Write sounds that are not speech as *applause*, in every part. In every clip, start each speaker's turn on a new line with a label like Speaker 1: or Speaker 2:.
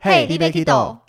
Speaker 1: 嘿你要去倒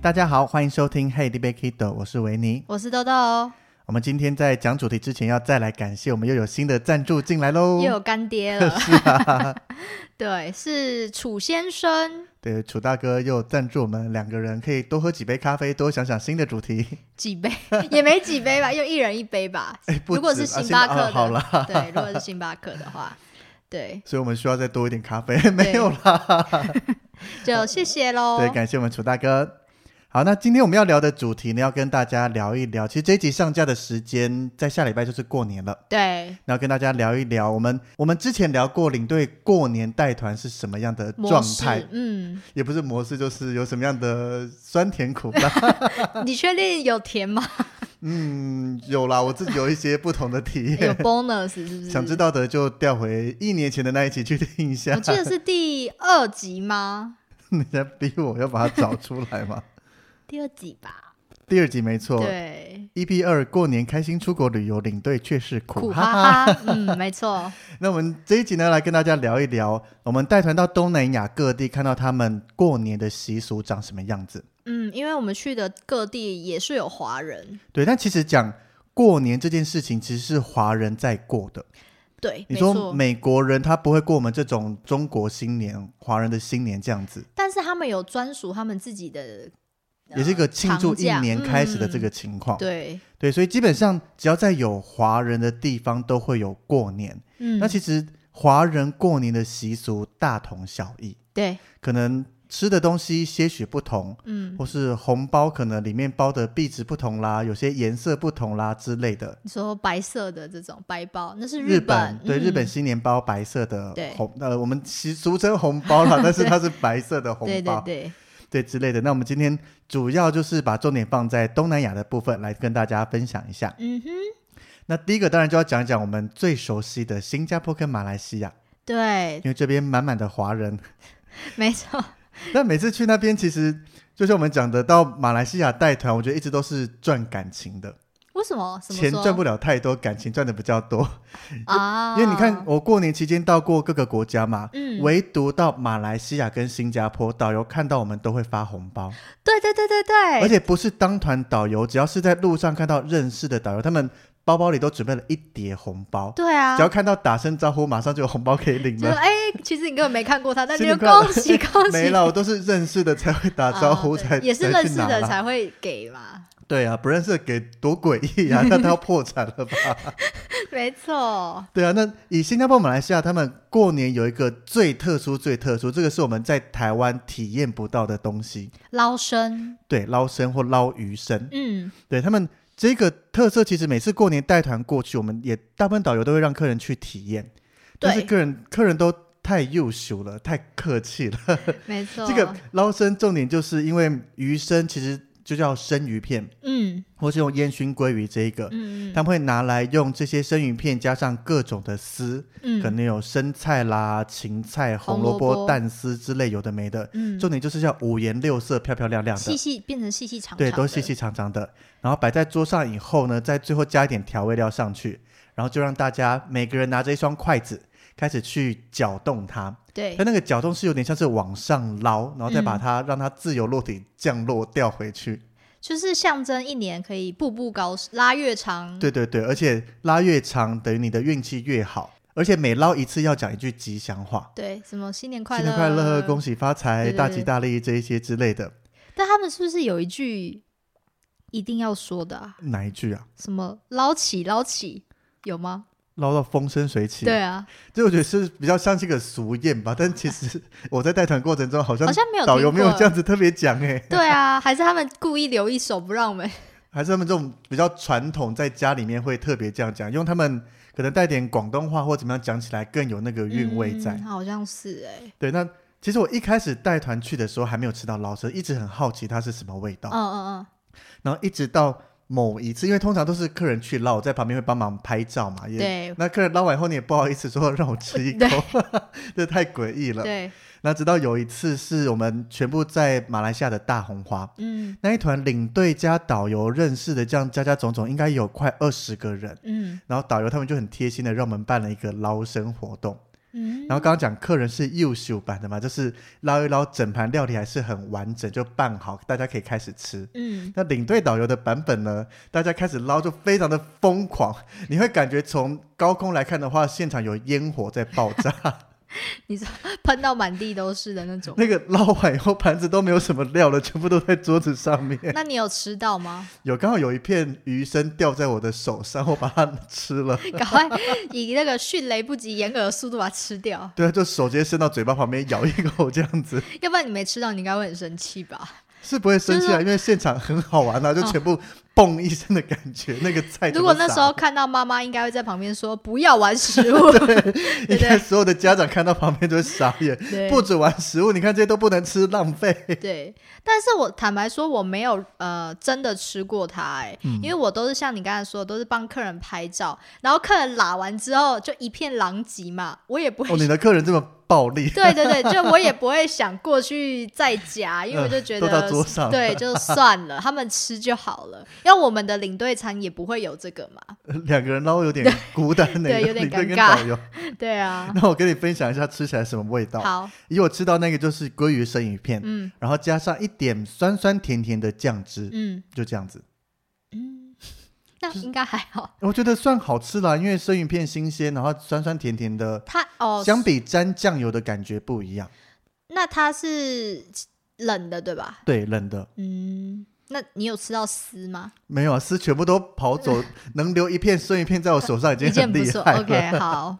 Speaker 2: 大家好，欢迎收听 Hey, d b Kido，我是维尼。
Speaker 1: 我是豆豆哦，
Speaker 2: 我们今天在讲主题之前，要再来感谢我们又有新的赞助进来喽
Speaker 1: 又。有干爹
Speaker 2: *laughs*
Speaker 1: 了，
Speaker 2: 啊
Speaker 1: *laughs* 对，是楚先生，
Speaker 2: 对，楚大哥又赞助我们两个人，可以多喝几杯咖啡，多想想新的主题。 *laughs*
Speaker 1: 几杯 *laughs* 也没几杯吧，又一人一杯吧。
Speaker 2: 哎，不
Speaker 1: 如果
Speaker 2: 止
Speaker 1: 是
Speaker 2: 啊
Speaker 1: 星巴克的，
Speaker 2: 哦好啦， *laughs*
Speaker 1: 对，如果是星巴克的话，对，
Speaker 2: 所以我们需要再多一点咖啡，没 *laughs* 有啦。
Speaker 1: *laughs* 就谢谢喽。
Speaker 2: 对，感谢我们楚大哥。好，那今天我们要聊的主题呢，要跟大家聊一聊。其实这一集上架的时间在下礼拜就是过年了，
Speaker 1: 对，
Speaker 2: 然后跟大家聊一聊我们我们之前聊过领队过年带团是什么样的状
Speaker 1: 模式
Speaker 2: 态，
Speaker 1: 嗯，
Speaker 2: 也不是模式，就是有什么样的酸甜苦
Speaker 1: *laughs*
Speaker 2: 辣。
Speaker 1: 你确定有
Speaker 2: *laughs*
Speaker 1: 甜吗？
Speaker 2: 嗯，有啦，我自己有一些不同的体
Speaker 1: 有
Speaker 2: 验，
Speaker 1: bonus 是不
Speaker 2: *laughs*
Speaker 1: 是？
Speaker 2: 想知道的就调回一年前的那一期去听一下。
Speaker 1: 我记得是第二集吗？
Speaker 2: *laughs* 你在逼我要把它找出来
Speaker 1: *laughs*
Speaker 2: 嘛？
Speaker 1: 第二集吧，
Speaker 2: 第二集没错
Speaker 1: 对，
Speaker 2: ，EP 二过年开心出国旅游，领队却是苦
Speaker 1: 苦
Speaker 2: 哈哈。
Speaker 1: 哈哈，嗯，没错，
Speaker 2: 那我们这一集呢，来跟大家聊一聊，我们带团到东南亚各地，看到他们过年的习俗长什么样子。
Speaker 1: 嗯，因为我们去的各地也是有华人，
Speaker 2: 对，但其实讲过年这件事情，其实是华人在过的。
Speaker 1: 对，
Speaker 2: 你
Speaker 1: 没
Speaker 2: 说
Speaker 1: 错。
Speaker 2: 美国人他不会过我们这种中国新年、华人的新年这样子，
Speaker 1: 但是他们有专属他们自己的，
Speaker 2: 也是一个庆祝
Speaker 1: 嗯长
Speaker 2: 一
Speaker 1: 假
Speaker 2: 年开始的这
Speaker 1: 嗯
Speaker 2: 个情况。
Speaker 1: 对，
Speaker 2: 对，所以基本上只要在有华人的地方都会有过年。
Speaker 1: 嗯，
Speaker 2: 那其实华人过年的习俗大同小异，
Speaker 1: 对，
Speaker 2: 可能吃的东西些许不同，
Speaker 1: 嗯，
Speaker 2: 或是红包可能里面包的币值不同啦，有些颜色不同啦之类的。
Speaker 1: 你说白色的这种白包，那是
Speaker 2: 日
Speaker 1: 本，
Speaker 2: 对、日本
Speaker 1: 嗯
Speaker 2: 新年包白色的
Speaker 1: 对
Speaker 2: 红，呃，我们其俗称红包
Speaker 1: *laughs*
Speaker 2: 啦，但是它是白色的红包，
Speaker 1: 对对对，
Speaker 2: 对之类的。那我们今天主要就是把重点放在东南亚的部分来跟大家分享一下。
Speaker 1: 嗯哼，
Speaker 2: 那第一个当然就要讲一讲我们最熟悉的新加坡跟马来西亚，
Speaker 1: 对，
Speaker 2: 因为这边满满的华人。 *laughs*
Speaker 1: 没错，
Speaker 2: 但每次去那边，其实就像我们讲的，到马来西亚带团，我觉得一直都是赚感情的，
Speaker 1: 为什么？什么
Speaker 2: 钱
Speaker 1: 说
Speaker 2: 赚不了太多，感情赚的比较多。
Speaker 1: 啊？
Speaker 2: 因为你看，，我过年期间到过各个国家嘛。
Speaker 1: 嗯，
Speaker 2: 唯独到马来西亚跟新加坡，导游看到我们都会发红包，
Speaker 1: 对对对对对，
Speaker 2: 而且不是当团导游，只要是在路上看到认识的导游，他们包包里都准备了一叠红包，
Speaker 1: 对啊
Speaker 2: 只，要看到打声招呼，马上就有红包可以领
Speaker 1: 就
Speaker 2: 了。
Speaker 1: 哎、其实啊你根本没看过他，但
Speaker 2: 新
Speaker 1: 就
Speaker 2: 年快乐
Speaker 1: 恭
Speaker 2: *laughs*
Speaker 1: 喜恭喜
Speaker 2: 没，了，我都是认识的才会打招呼，
Speaker 1: 啊对
Speaker 2: 才
Speaker 1: 也是
Speaker 2: 才
Speaker 1: 认
Speaker 2: 去
Speaker 1: 识
Speaker 2: 拿
Speaker 1: 的
Speaker 2: 啦
Speaker 1: 才会给嘛，
Speaker 2: 对啊，不认识的给多诡异啊！那他要破产
Speaker 1: *laughs*
Speaker 2: 了吧？
Speaker 1: 没错，
Speaker 2: 对啊，那以新加坡、马来西亚，他们过年有一个最特殊、最特殊，这个是我们在台湾体验不到的东西，
Speaker 1: 捞生，
Speaker 2: 对，捞生或捞鱼生，
Speaker 1: 嗯，
Speaker 2: 对他们这个特色，其实每次过年带团过去，我们也大部分导游都会让客人去体验，但是
Speaker 1: 对
Speaker 2: 客人客人都太优秀了，太客气了。
Speaker 1: 没错，
Speaker 2: 这个捞生重点就是因为鱼生其实就叫生鱼片，
Speaker 1: 嗯，
Speaker 2: 或是用烟熏鲑鱼这一个，
Speaker 1: 嗯嗯
Speaker 2: 他们会拿来用这些生鱼片加上各种的丝，
Speaker 1: 嗯，
Speaker 2: 可能有生菜啦、芹菜、红
Speaker 1: 红
Speaker 2: 萝
Speaker 1: 萝卜
Speaker 2: 卜、蛋丝之类，有的没的。
Speaker 1: 嗯，
Speaker 2: 重点就是要五颜六色、漂漂亮亮
Speaker 1: 细
Speaker 2: 的，
Speaker 1: 细变成细细长长，
Speaker 2: 对，都细细，长长的。然后摆在桌上以后呢，再最后加一点调味料上去，然后就让大家每个人拿着一双筷子。开始去搅动它，
Speaker 1: 对嗯
Speaker 2: 它，那个搅动是有点像是往上捞，然后再把它、让它自由落体降落掉回去。
Speaker 1: 就是象征一年可以步步高升，拉越长，
Speaker 2: 对对对，而且拉越长，等于你的运气越好。而且每捞一次要讲一句吉祥话，
Speaker 1: 对，什么新年快
Speaker 2: 新
Speaker 1: 乐，
Speaker 2: 年快乐、恭喜发财、
Speaker 1: 对对
Speaker 2: 大
Speaker 1: 对
Speaker 2: 吉大利这一些之类的。
Speaker 1: 但他们是不是有一句一定要说的啊？
Speaker 2: 哪一句啊？
Speaker 1: 什么捞起捞起有吗？
Speaker 2: 捞到风生水起。
Speaker 1: 对，啊，
Speaker 2: 这我觉得是比较像是个俗谚吧。但其
Speaker 1: *laughs*
Speaker 2: 实我在带团过程中，好像
Speaker 1: 好像没有
Speaker 2: 导游没有
Speaker 1: 听过
Speaker 2: 这样子特别讲哎、
Speaker 1: 对啊，还是他们故意留一手不让我们？
Speaker 2: 还是他们这种比较传统，在家里面会特别这样讲，用他们可能带点广东话或怎么样讲起来更有那个韵味在。
Speaker 1: 嗯好像是哎、
Speaker 2: 对，那其实我一开始带团去的时候还没有吃到捞生，一直很好奇它是什么味道。
Speaker 1: 嗯嗯
Speaker 2: 然后一直到某一次，因为通常都是客人去捞，我在旁边会帮忙拍照嘛，
Speaker 1: 嗯，
Speaker 2: 也。
Speaker 1: 对
Speaker 2: *laughs* 那客人捞完以后，你也不好意思说让我吃一口，这太诡异了。
Speaker 1: 对，
Speaker 2: 然那直到有一次是我们全部在马来西亚的大红花，
Speaker 1: 嗯
Speaker 2: 那一团领队加导游认识的这样加加总总应该有快二十个人，
Speaker 1: 嗯
Speaker 2: 然后导游他们就很贴心的让我们办了一个捞生活动。
Speaker 1: 嗯，
Speaker 2: 然后刚刚讲客人是优秀版的嘛，就是捞一捞整盘料理还是很完整，就拌好，大家可以开始吃。
Speaker 1: 嗯
Speaker 2: 那领队导游的版本呢，大家开始捞就非常的疯狂，你会感觉从高空来看的话，现场有烟火在爆炸，
Speaker 1: 喷到满地都是的那
Speaker 2: *laughs*
Speaker 1: 种。
Speaker 2: 那个捞完以后盘子都没有什么料了，全部都在桌子上面。
Speaker 1: 那你有吃到吗？
Speaker 2: 有刚好有一片鱼生掉在我的手上，我把它吃了。
Speaker 1: 赶快以那个迅雷不及掩耳的速度把它吃掉，
Speaker 2: 对啊，就手直接伸到嘴巴旁边咬一口这样子，
Speaker 1: 要不然你没吃到，你应该会很生气吧？
Speaker 2: 是不会生气
Speaker 1: 就是哦
Speaker 2: 啊，因为现场很好玩啊，就全部嘣一声的感觉，那个菜
Speaker 1: 如果
Speaker 2: 全部
Speaker 1: 那
Speaker 2: 撒
Speaker 1: 时候看到妈妈，应该会在旁边说不要玩食
Speaker 2: *laughs*
Speaker 1: 物。
Speaker 2: 应该所有的家长看到旁边就会傻眼，
Speaker 1: 对
Speaker 2: 不准玩食物，你看这些都不能吃，浪费。
Speaker 1: 对，但是我坦白说，我没有呃真的吃过它、欸，
Speaker 2: 嗯
Speaker 1: 因为我都是像你刚才说的，都是帮客人拍照，然后客人拉完之后就一片狼藉嘛，我也不会
Speaker 2: 哦，你的客人这么暴力，
Speaker 1: *laughs* 对对对，就我也不会想过去再夹，因为我就觉
Speaker 2: 嗯
Speaker 1: 得、
Speaker 2: 都到桌上
Speaker 1: *laughs* 对，就算了，他们吃就好了。因为我们的领队餐也不会有这个嘛， *laughs*
Speaker 2: 两个人捞有点孤单呢，
Speaker 1: 对有点
Speaker 2: 领队跟
Speaker 1: 尴尬
Speaker 2: 导游。
Speaker 1: 对啊。
Speaker 2: 那我跟你分享一下吃起来什么味道。
Speaker 1: 好，
Speaker 2: 因为我吃到那个就是鲑鱼生鱼片，
Speaker 1: 嗯
Speaker 2: 然后加上一点酸酸甜甜的酱汁，
Speaker 1: 嗯
Speaker 2: 就这样子。
Speaker 1: 嗯，那应该还好。
Speaker 2: 我觉得算好吃啦，因为生鱼片新鲜，然后酸酸甜甜的，
Speaker 1: 它哦，
Speaker 2: 相比沾酱油的感觉不一样。
Speaker 1: 那它是冷的对吧？
Speaker 2: 对，冷的
Speaker 1: 嗯，那你有吃到丝吗？
Speaker 2: 没有啊，丝全部都跑
Speaker 1: *laughs*
Speaker 2: 走，能留一片生鱼片在我手上已经
Speaker 1: 一件
Speaker 2: 很
Speaker 1: 不
Speaker 2: 厉
Speaker 1: 错
Speaker 2: 害了。
Speaker 1: ，OK，好，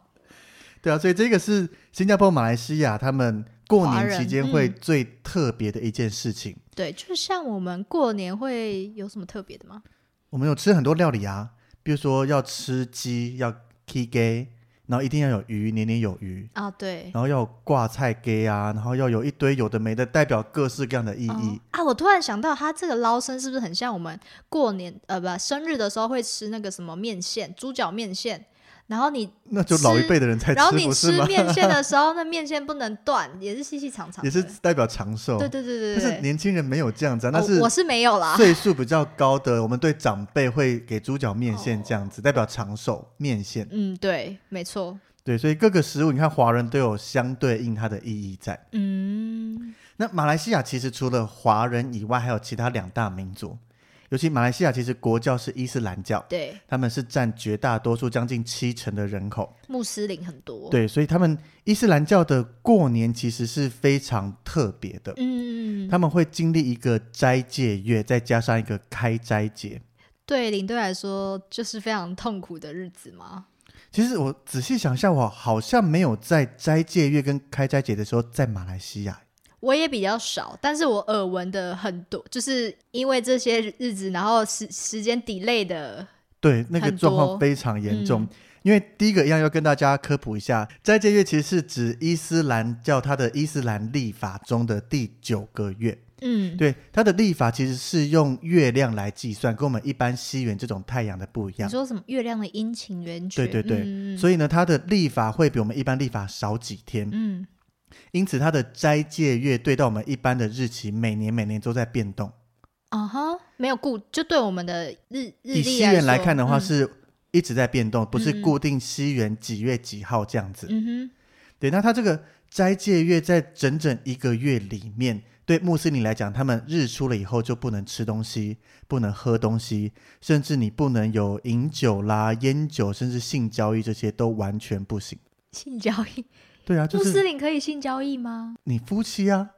Speaker 2: 对啊，所以这个是新加坡、马来西亚他们过
Speaker 1: 华
Speaker 2: 年
Speaker 1: 人
Speaker 2: 期间会
Speaker 1: 嗯
Speaker 2: 最特别的一件事情。
Speaker 1: 对，就像我们过年会有什么特别的吗？
Speaker 2: 我们有吃很多料理啊，比如说要吃鸡，要 K G，然后一定要有鱼，年年有余，
Speaker 1: 啊，对，
Speaker 2: 然后要有挂菜 G 啊，然后要有一堆有的没的，代表各式各样的意义。
Speaker 1: 哦啊！我突然想到，它这个捞生是不是很像我们过年呃不生日的时候会吃那个什么面线，猪脚面线？然
Speaker 2: *laughs*
Speaker 1: 后你
Speaker 2: 那就老一
Speaker 1: 吃
Speaker 2: 辈的人才
Speaker 1: 然后
Speaker 2: 吃，
Speaker 1: 你
Speaker 2: 不是
Speaker 1: 吃
Speaker 2: 吗？*laughs*
Speaker 1: 面线的时候，那面线不能断，也是细细长长
Speaker 2: 也
Speaker 1: 的，
Speaker 2: 是代表长寿。
Speaker 1: 对对对对
Speaker 2: 但是
Speaker 1: 对对。
Speaker 2: 年轻人没有这样子、啊，那
Speaker 1: 哦
Speaker 2: 是
Speaker 1: 我是没有啦，
Speaker 2: 岁数比较高的，我们对长辈会给猪脚面线
Speaker 1: 哦
Speaker 2: 这样子，代表长寿面线。
Speaker 1: 嗯，对，没错，
Speaker 2: 对，所以各个食物，你看华人都有相对应它的意义在。
Speaker 1: 嗯，
Speaker 2: 那马来西亚其实除了华人以外，还有其他两大民族，尤其马来西亚其实国教是伊斯兰教，
Speaker 1: 对，
Speaker 2: 他们是占绝大多数，将近七成的人口。
Speaker 1: 穆斯林很多，
Speaker 2: 对，所以他们伊斯兰教的过年其实是非常特别的，
Speaker 1: 嗯，嗯，嗯
Speaker 2: 他们会经历一个斋戒月，再加上一个开斋节。
Speaker 1: 对领队来说就是非常痛苦的日子嘛，
Speaker 2: 其实我仔细想一下，我好像没有在斋戒月跟开斋节的时候在马来西亚。
Speaker 1: 我也比较少，但是我耳闻的很多，就是因为这些日子，然后时时间 delay 的，
Speaker 2: 对，那个
Speaker 1: 很
Speaker 2: 状况
Speaker 1: 多
Speaker 2: 非常严重。
Speaker 1: 嗯
Speaker 2: 因为第一个一样要跟大家科普一下，斋戒月其实是指伊斯兰教它的伊斯兰历法中的第九个月。
Speaker 1: 嗯，
Speaker 2: 对，它的历法其实是用月亮来计算，跟我们一般西元这种太阳的不一
Speaker 1: 你
Speaker 2: 样。
Speaker 1: 说什么月亮的阴晴圆缺，
Speaker 2: 对对对，
Speaker 1: 嗯、
Speaker 2: 所
Speaker 1: 以
Speaker 2: 以呢，它的历法会比我们一般历法少几天，
Speaker 1: 嗯，
Speaker 2: 因此它的斋戒月对到我们一般的日期，每年每年都在变动。
Speaker 1: 啊哈，没有固，就对我们的日日
Speaker 2: 以西
Speaker 1: 历
Speaker 2: 元来
Speaker 1: 说
Speaker 2: 看的话，
Speaker 1: 嗯
Speaker 2: 是一直在变动，不是
Speaker 1: 嗯嗯
Speaker 2: 固定西元几月几号这样子。
Speaker 1: 嗯
Speaker 2: 对，那它这个斋戒月在整整一个月里面，对穆斯林来讲，他们日出了以后就不能吃东西，不能喝东西，甚至你不能有饮酒啦、烟酒，甚至性交易这些都完全不行。
Speaker 1: 哼，性交易，
Speaker 2: 对啊，就
Speaker 1: 穆斯
Speaker 2: 是
Speaker 1: 林可以性交易吗？
Speaker 2: 你夫妻啊，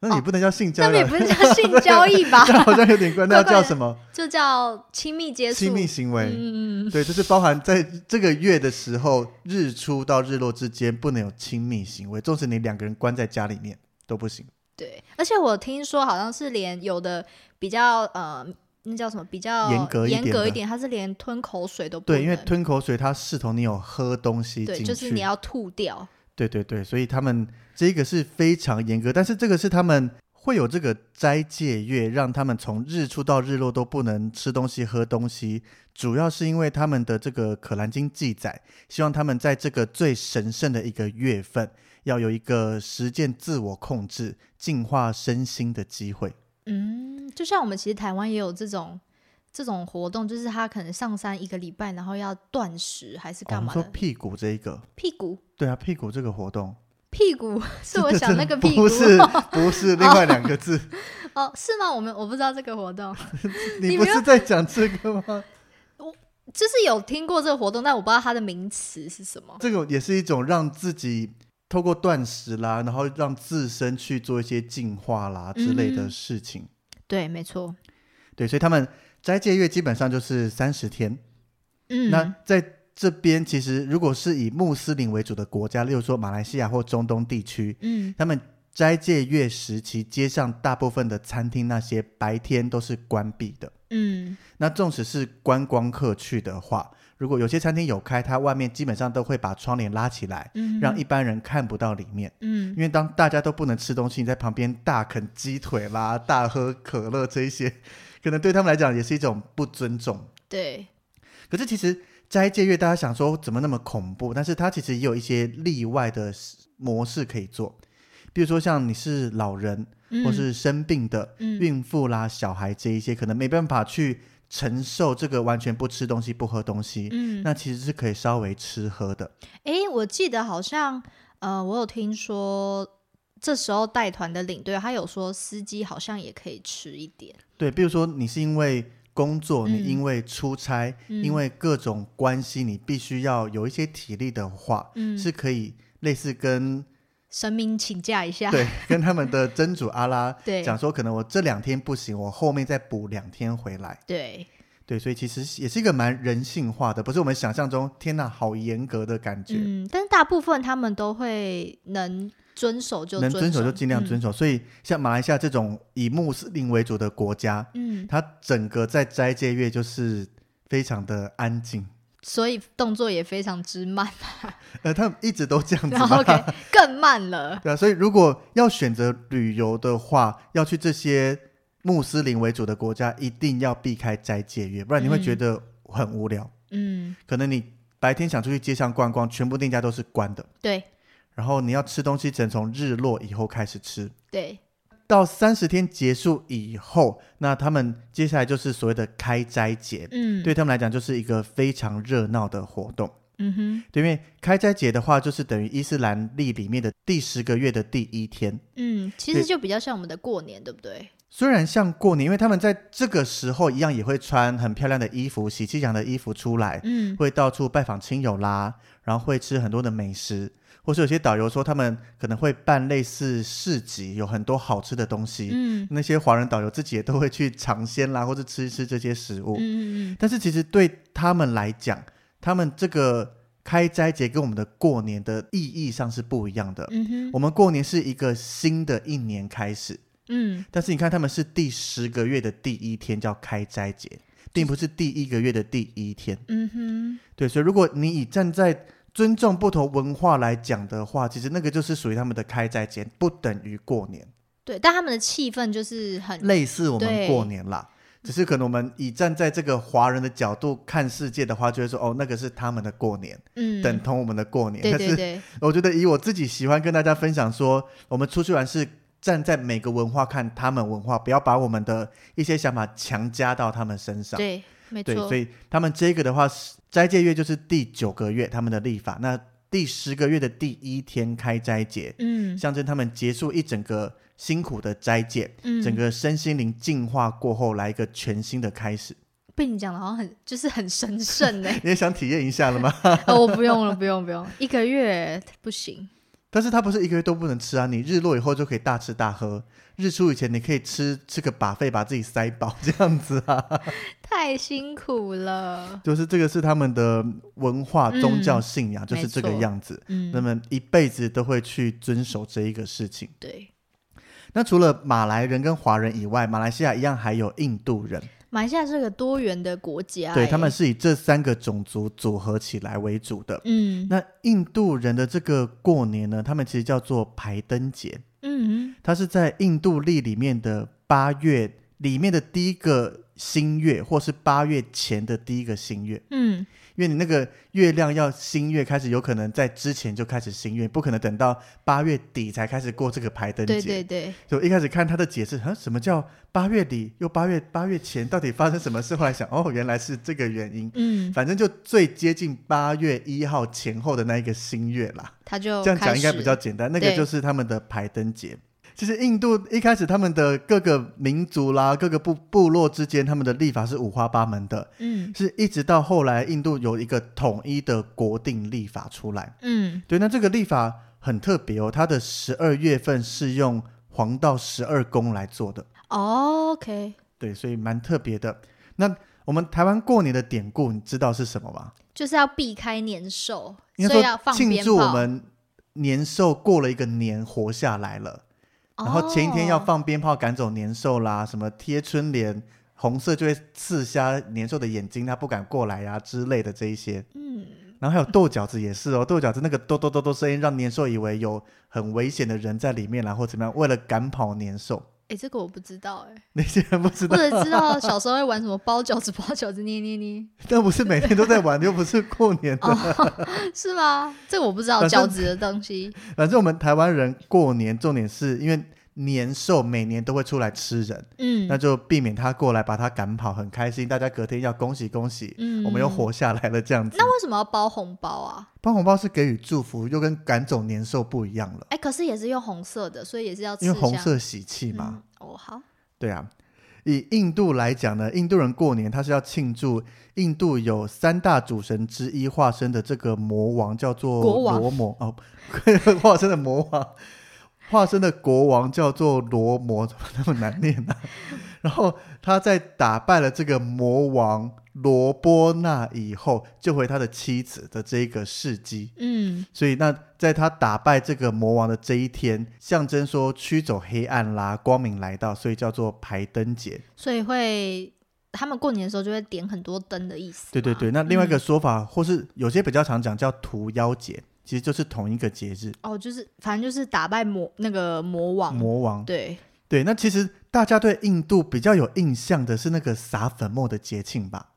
Speaker 2: 那你
Speaker 1: 哦
Speaker 2: 不能叫性交
Speaker 1: 那
Speaker 2: 易 *laughs*
Speaker 1: 也
Speaker 2: 啊，
Speaker 1: 不是叫性交易吧，
Speaker 2: 那好像有点怪，那要
Speaker 1: 怪怪
Speaker 2: 叫
Speaker 1: 的
Speaker 2: 什么
Speaker 1: 就叫亲密接触，
Speaker 2: 亲密行为？
Speaker 1: 嗯嗯嗯，
Speaker 2: 对，就是包含在这个月的时候，日出到日落之间不能有亲密行为，纵使你两个人关在家里面都不行。
Speaker 1: 对，而且我听说好像是连有的比较呃。那叫什么？比较
Speaker 2: 严格一点
Speaker 1: 严格
Speaker 2: 的
Speaker 1: 一点，它是连吞口水都不
Speaker 2: 对，因为
Speaker 1: 能
Speaker 2: 吞口水它视同你有喝东西进
Speaker 1: 对，
Speaker 2: 去，
Speaker 1: 就是你要吐掉。
Speaker 2: 对对对所以他们这个是非常严格，但是这个是他们会有这个斋戒月，让他们从日出到日落都不能吃东西、喝东西，主要是因为他呃们的这个《可兰经》记载，希望他们在这个最神圣的一个月份，要有一个实践自我控制、净化身心的机会。
Speaker 1: 嗯，就像我们其实台湾也有这种这种活动，就是他可能上山一个礼拜，然后要断食还是
Speaker 2: 我
Speaker 1: *laughs* 干
Speaker 2: 们
Speaker 1: 嘛
Speaker 2: 哦说
Speaker 1: 的？
Speaker 2: 屁股这一个，
Speaker 1: 屁股
Speaker 2: 对啊，屁股这个活动
Speaker 1: 屁股 *laughs* 是我想那个屁股
Speaker 2: 不是不是另外两个字，
Speaker 1: 哦，是吗？我们我不知道这个活动，
Speaker 2: 你
Speaker 1: 你
Speaker 2: 不
Speaker 1: 没有
Speaker 2: 是在讲这个吗？ *laughs*
Speaker 1: 就是有听过这个活动，但我不知道它的名词是什么。
Speaker 2: 这个也是一种让自己透过断食啦，然后让自身去做一些净化啦之类的
Speaker 1: 嗯
Speaker 2: 事情。
Speaker 1: 对，没错。
Speaker 2: 对，所以他们斋戒月基本上就是三十天。
Speaker 1: 嗯，
Speaker 2: 那在这边，其实如果是以穆斯林为主的国家，例如说马来西亚或中东地区，
Speaker 1: 嗯
Speaker 2: 他们斋戒月时期，街上大部分的餐厅那些白天都是关闭的。
Speaker 1: 嗯
Speaker 2: 那纵使是观光客去的话，如果有些餐厅有开，它外面基本上都会把窗帘拉起来，
Speaker 1: 嗯，
Speaker 2: 让一般人看不到里面。
Speaker 1: 嗯
Speaker 2: 因为当大家都不能吃东西，你在旁边大啃鸡腿啦、 *laughs* 大喝可乐这一些，可能对他们来讲也是一种不尊重。
Speaker 1: 对，
Speaker 2: 可是其实斋戒月，大家想说怎么那么恐怖？但是它其实也有一些例外的模式可以做，比如说像你是老人
Speaker 1: 嗯
Speaker 2: 或是生病的、
Speaker 1: 嗯
Speaker 2: 孕妇啦、小孩这一些，可能没办法去承受这个完全不吃东西、不喝东西，
Speaker 1: 嗯，
Speaker 2: 那其实是可以稍微吃喝的。
Speaker 1: 诶，我记得好像呃，我有听说这时候带团的领队他有说司机好像也可以吃一点，
Speaker 2: 对，比如说你是因为工作，你
Speaker 1: 嗯
Speaker 2: 因为出差，
Speaker 1: 嗯
Speaker 2: 因为各种关系，你必须要有一些体力的话，
Speaker 1: 嗯
Speaker 2: 是可以类似
Speaker 1: *laughs*
Speaker 2: 跟
Speaker 1: 神明请假一下，
Speaker 2: 对跟他们的真主阿拉
Speaker 1: *laughs* 对
Speaker 2: 讲说，可能我这两天不行，我后面再补两天回来。
Speaker 1: 对
Speaker 2: 对，所以其实也是一个蛮人性化的，不是我们想象中天呐好严格的感觉。
Speaker 1: 嗯，但是大部分他们都会能遵守就
Speaker 2: 能遵
Speaker 1: 守嗯
Speaker 2: 守就尽量遵
Speaker 1: 守，
Speaker 2: 守，所以像马来西亚这种以穆斯林为主的国家，
Speaker 1: 嗯，嗯
Speaker 2: 它整个在斋戒月就是非常的安静，
Speaker 1: 所以动作也非常
Speaker 2: *laughs*
Speaker 1: 之慢，
Speaker 2: 呃，他们一直都这样
Speaker 1: *laughs*
Speaker 2: 子
Speaker 1: 然
Speaker 2: 嘛。
Speaker 1: 后哦 OK 更慢了，
Speaker 2: *laughs* 对啊，所以如果要选择旅游的话，要去这些穆斯林为主的国家，一定要避开斋戒月，不然你会觉
Speaker 1: 嗯
Speaker 2: 得很无聊。
Speaker 1: 嗯，
Speaker 2: 可能你白天想出去街上逛逛，全部店家都是关的，
Speaker 1: 对
Speaker 2: 然后你要吃东西，只能从日落以后开始吃。
Speaker 1: 对，
Speaker 2: 到三十天结束以后，那他们接下来就是所谓的开斋节，
Speaker 1: 嗯，
Speaker 2: 对他们来讲就是一个非常热闹的活动。
Speaker 1: 嗯哼，
Speaker 2: 对，因为开斋节的话，就是等于伊斯兰历里面的第十个月的第一天。
Speaker 1: 嗯，其
Speaker 2: 对
Speaker 1: 实就比较像我们的过年，对不对？
Speaker 2: 虽然像过年，因为他们在这个时候一样也会穿很漂亮的衣服、喜气洋洋的衣服出来，
Speaker 1: 嗯
Speaker 2: 会到处拜访亲友啦，然后会吃很多的美食，或是有些导游说他们可能会办类似市集，有很多好吃的东西。
Speaker 1: 嗯
Speaker 2: 那些华人导游自己也都会去尝鲜啦，或者吃一吃这些食
Speaker 1: 嗯
Speaker 2: 物。
Speaker 1: 嗯嗯，
Speaker 2: 但是其实对他们来讲，他们这个开斋节跟我们的过年的意义上是不一样的。
Speaker 1: 嗯哼，
Speaker 2: 我们过年是一个新的一年开始，
Speaker 1: 嗯，
Speaker 2: 但是你看他们是第十个月的第一天叫开斋节，并不是第一个月的第一天。
Speaker 1: 嗯哼，
Speaker 2: 对，所以如果你以站在尊重不同文化来讲的话，其实那个就是属于他们的开斋节，不等于过年。
Speaker 1: 对，但他们的气氛就是很，
Speaker 2: 类似我们
Speaker 1: 嗯对
Speaker 2: 过年啦，只是可能我们以站在这个华人的角度看世界的话，就会说哦，那个是他们的过年，
Speaker 1: 嗯，
Speaker 2: 等同我们的过年。
Speaker 1: 对对
Speaker 2: 但是
Speaker 1: 对，
Speaker 2: 我觉得以我自己喜欢跟大家分享说，我们出去玩是站在每个文化看他们文化，不要把我们的一些想法强加到他们身上。
Speaker 1: 对，没
Speaker 2: 对，
Speaker 1: 错
Speaker 2: 所，以他们这个的话，是斋戒月就是第九个月他们的历法，那第十个月的第一天开斋节，
Speaker 1: 嗯
Speaker 2: 象征他们结束一整个辛苦的斋戒。
Speaker 1: 嗯，
Speaker 2: 整个身心灵净化过后，来一个全新的开始。、
Speaker 1: 被你讲的好像很就是很神圣哎
Speaker 2: 你也想体验一下了吗？ *laughs*
Speaker 1: 哦，我不用了，不用不用，一个月不行，
Speaker 2: 但是它不是一个月都不能吃啊，你日落以后就可以大吃大喝，日出以前你可以吃吃个把费，把自己塞饱这样子啊。
Speaker 1: 太辛
Speaker 2: *laughs*
Speaker 1: 苦了，
Speaker 2: 就是这个是他们的文化、
Speaker 1: 嗯
Speaker 2: 宗教信仰，就是这个
Speaker 1: 没错
Speaker 2: 样子。那
Speaker 1: 嗯，
Speaker 2: 么一辈子都会去遵守这一个事情。
Speaker 1: 对，
Speaker 2: 那除了马来人跟华人以外，马来西亚一样还有印度人，
Speaker 1: 马来西亚是个多元的国家、
Speaker 2: 对
Speaker 1: 欸
Speaker 2: 他们，是以这三个种族组合起来为主的。
Speaker 1: 嗯
Speaker 2: 那印度人的这个过年呢，他们其实叫做排灯节，
Speaker 1: 嗯
Speaker 2: 它是在印度历里面的八月里面的第一个新月，或是八月前的第一个新月，
Speaker 1: 嗯，
Speaker 2: 因为你那个月亮要新月开始，有可能在之前就开始新月，不可能等到八月底才开始过这个排灯节。
Speaker 1: 对对对，
Speaker 2: 就一开始看他的解释，啊，什么叫八月底又八月八月前，到底发生什么事？后来想，哦，原来是这个原因。
Speaker 1: 嗯，
Speaker 2: 反正就最接近八月一号前后的那一个新月啦。
Speaker 1: 他就
Speaker 2: 这样讲
Speaker 1: 哦开
Speaker 2: 应该
Speaker 1: 始
Speaker 2: 比较简单，那个
Speaker 1: 对
Speaker 2: 就是他们的排灯节。其实印度一开始他们的各个民族啦、各个部部落之间，他们的立法是五花八门的，
Speaker 1: 嗯
Speaker 2: 是一直到后来印度有一个统一的国定立法出来。
Speaker 1: 嗯
Speaker 2: 对，那这个历法很特别哦，它的十二月份是用黄道十二宫来做的，
Speaker 1: 哦，OK，
Speaker 2: 对，所以蛮特别的。那我们台湾过年的典故，你知道是什么吗？
Speaker 1: 就是要避开年兽，
Speaker 2: 应
Speaker 1: 所
Speaker 2: 该
Speaker 1: 以要
Speaker 2: 说
Speaker 1: 放
Speaker 2: 庆
Speaker 1: 鞭
Speaker 2: 祝我
Speaker 1: 炮，
Speaker 2: 们年兽过了一个年活下来了，然后前一天要
Speaker 1: 哦
Speaker 2: 放鞭炮赶走年兽啦，什么贴春联。红色就会刺瞎年兽的眼睛，它不敢过来呀、啊之类的这一些。
Speaker 1: 嗯
Speaker 2: 然后还有豆角子也是哦，豆角子那个哆哆哆哆声音，让年兽以为有很危险的人在里面啦，啊或怎么样，为了赶跑年兽。 *laughs*
Speaker 1: 哎，这个我不知道哎，
Speaker 2: 那些人不知
Speaker 1: 或
Speaker 2: 道，
Speaker 1: 者知道小时候会
Speaker 2: *laughs*
Speaker 1: 玩什么包饺子、包饺子、捏捏捏，
Speaker 2: 但不是每天都在玩，又不是过年的。
Speaker 1: 是吗？这个我不知道
Speaker 2: 反正
Speaker 1: 饺子的东西，
Speaker 2: 反正我们台湾人过年，重点是因为年兽每年都会出来吃人，
Speaker 1: 嗯
Speaker 2: 那就避免他过来把他赶跑，很开心。大家隔天要恭喜恭喜，
Speaker 1: 嗯，
Speaker 2: 我们又活下来了这样子。
Speaker 1: 那为什么要包红包啊？
Speaker 2: 包红包是给予祝福，又跟赶走年兽不一样了，
Speaker 1: 哎，可是也是用红色的，所以也是要
Speaker 2: 因为
Speaker 1: 刺
Speaker 2: 红
Speaker 1: 香
Speaker 2: 色喜气嘛。
Speaker 1: 嗯哦，好，
Speaker 2: 对啊，以印度来讲呢，印度人过年他是要庆祝印度有三大主神之一化身的这个魔王叫做
Speaker 1: 国王
Speaker 2: 罗摩哦， *laughs* 化身的魔王，化身的国王叫做罗摩，怎么那么难念呢、啊
Speaker 1: *laughs*
Speaker 2: 然后他在打败了这个魔王罗波那以后，救回他的妻子的这个事迹。
Speaker 1: 嗯
Speaker 2: 所以那在他打败这个魔王的这一天，象征说驱走黑暗啦，光明来到，所以叫做排灯节。
Speaker 1: 所以会他们过年的时候就会点很多灯的意思嘛。
Speaker 2: 对对对，那另外一个说法，或是有些比较常讲叫屠妖节，其实就是同一个节日，
Speaker 1: 哦，就是反正就是打败魔那个魔王，
Speaker 2: 魔王。
Speaker 1: 对，
Speaker 2: 对，那其实大家对印度比较有印象的是那个撒粉末的节庆吧。 *laughs*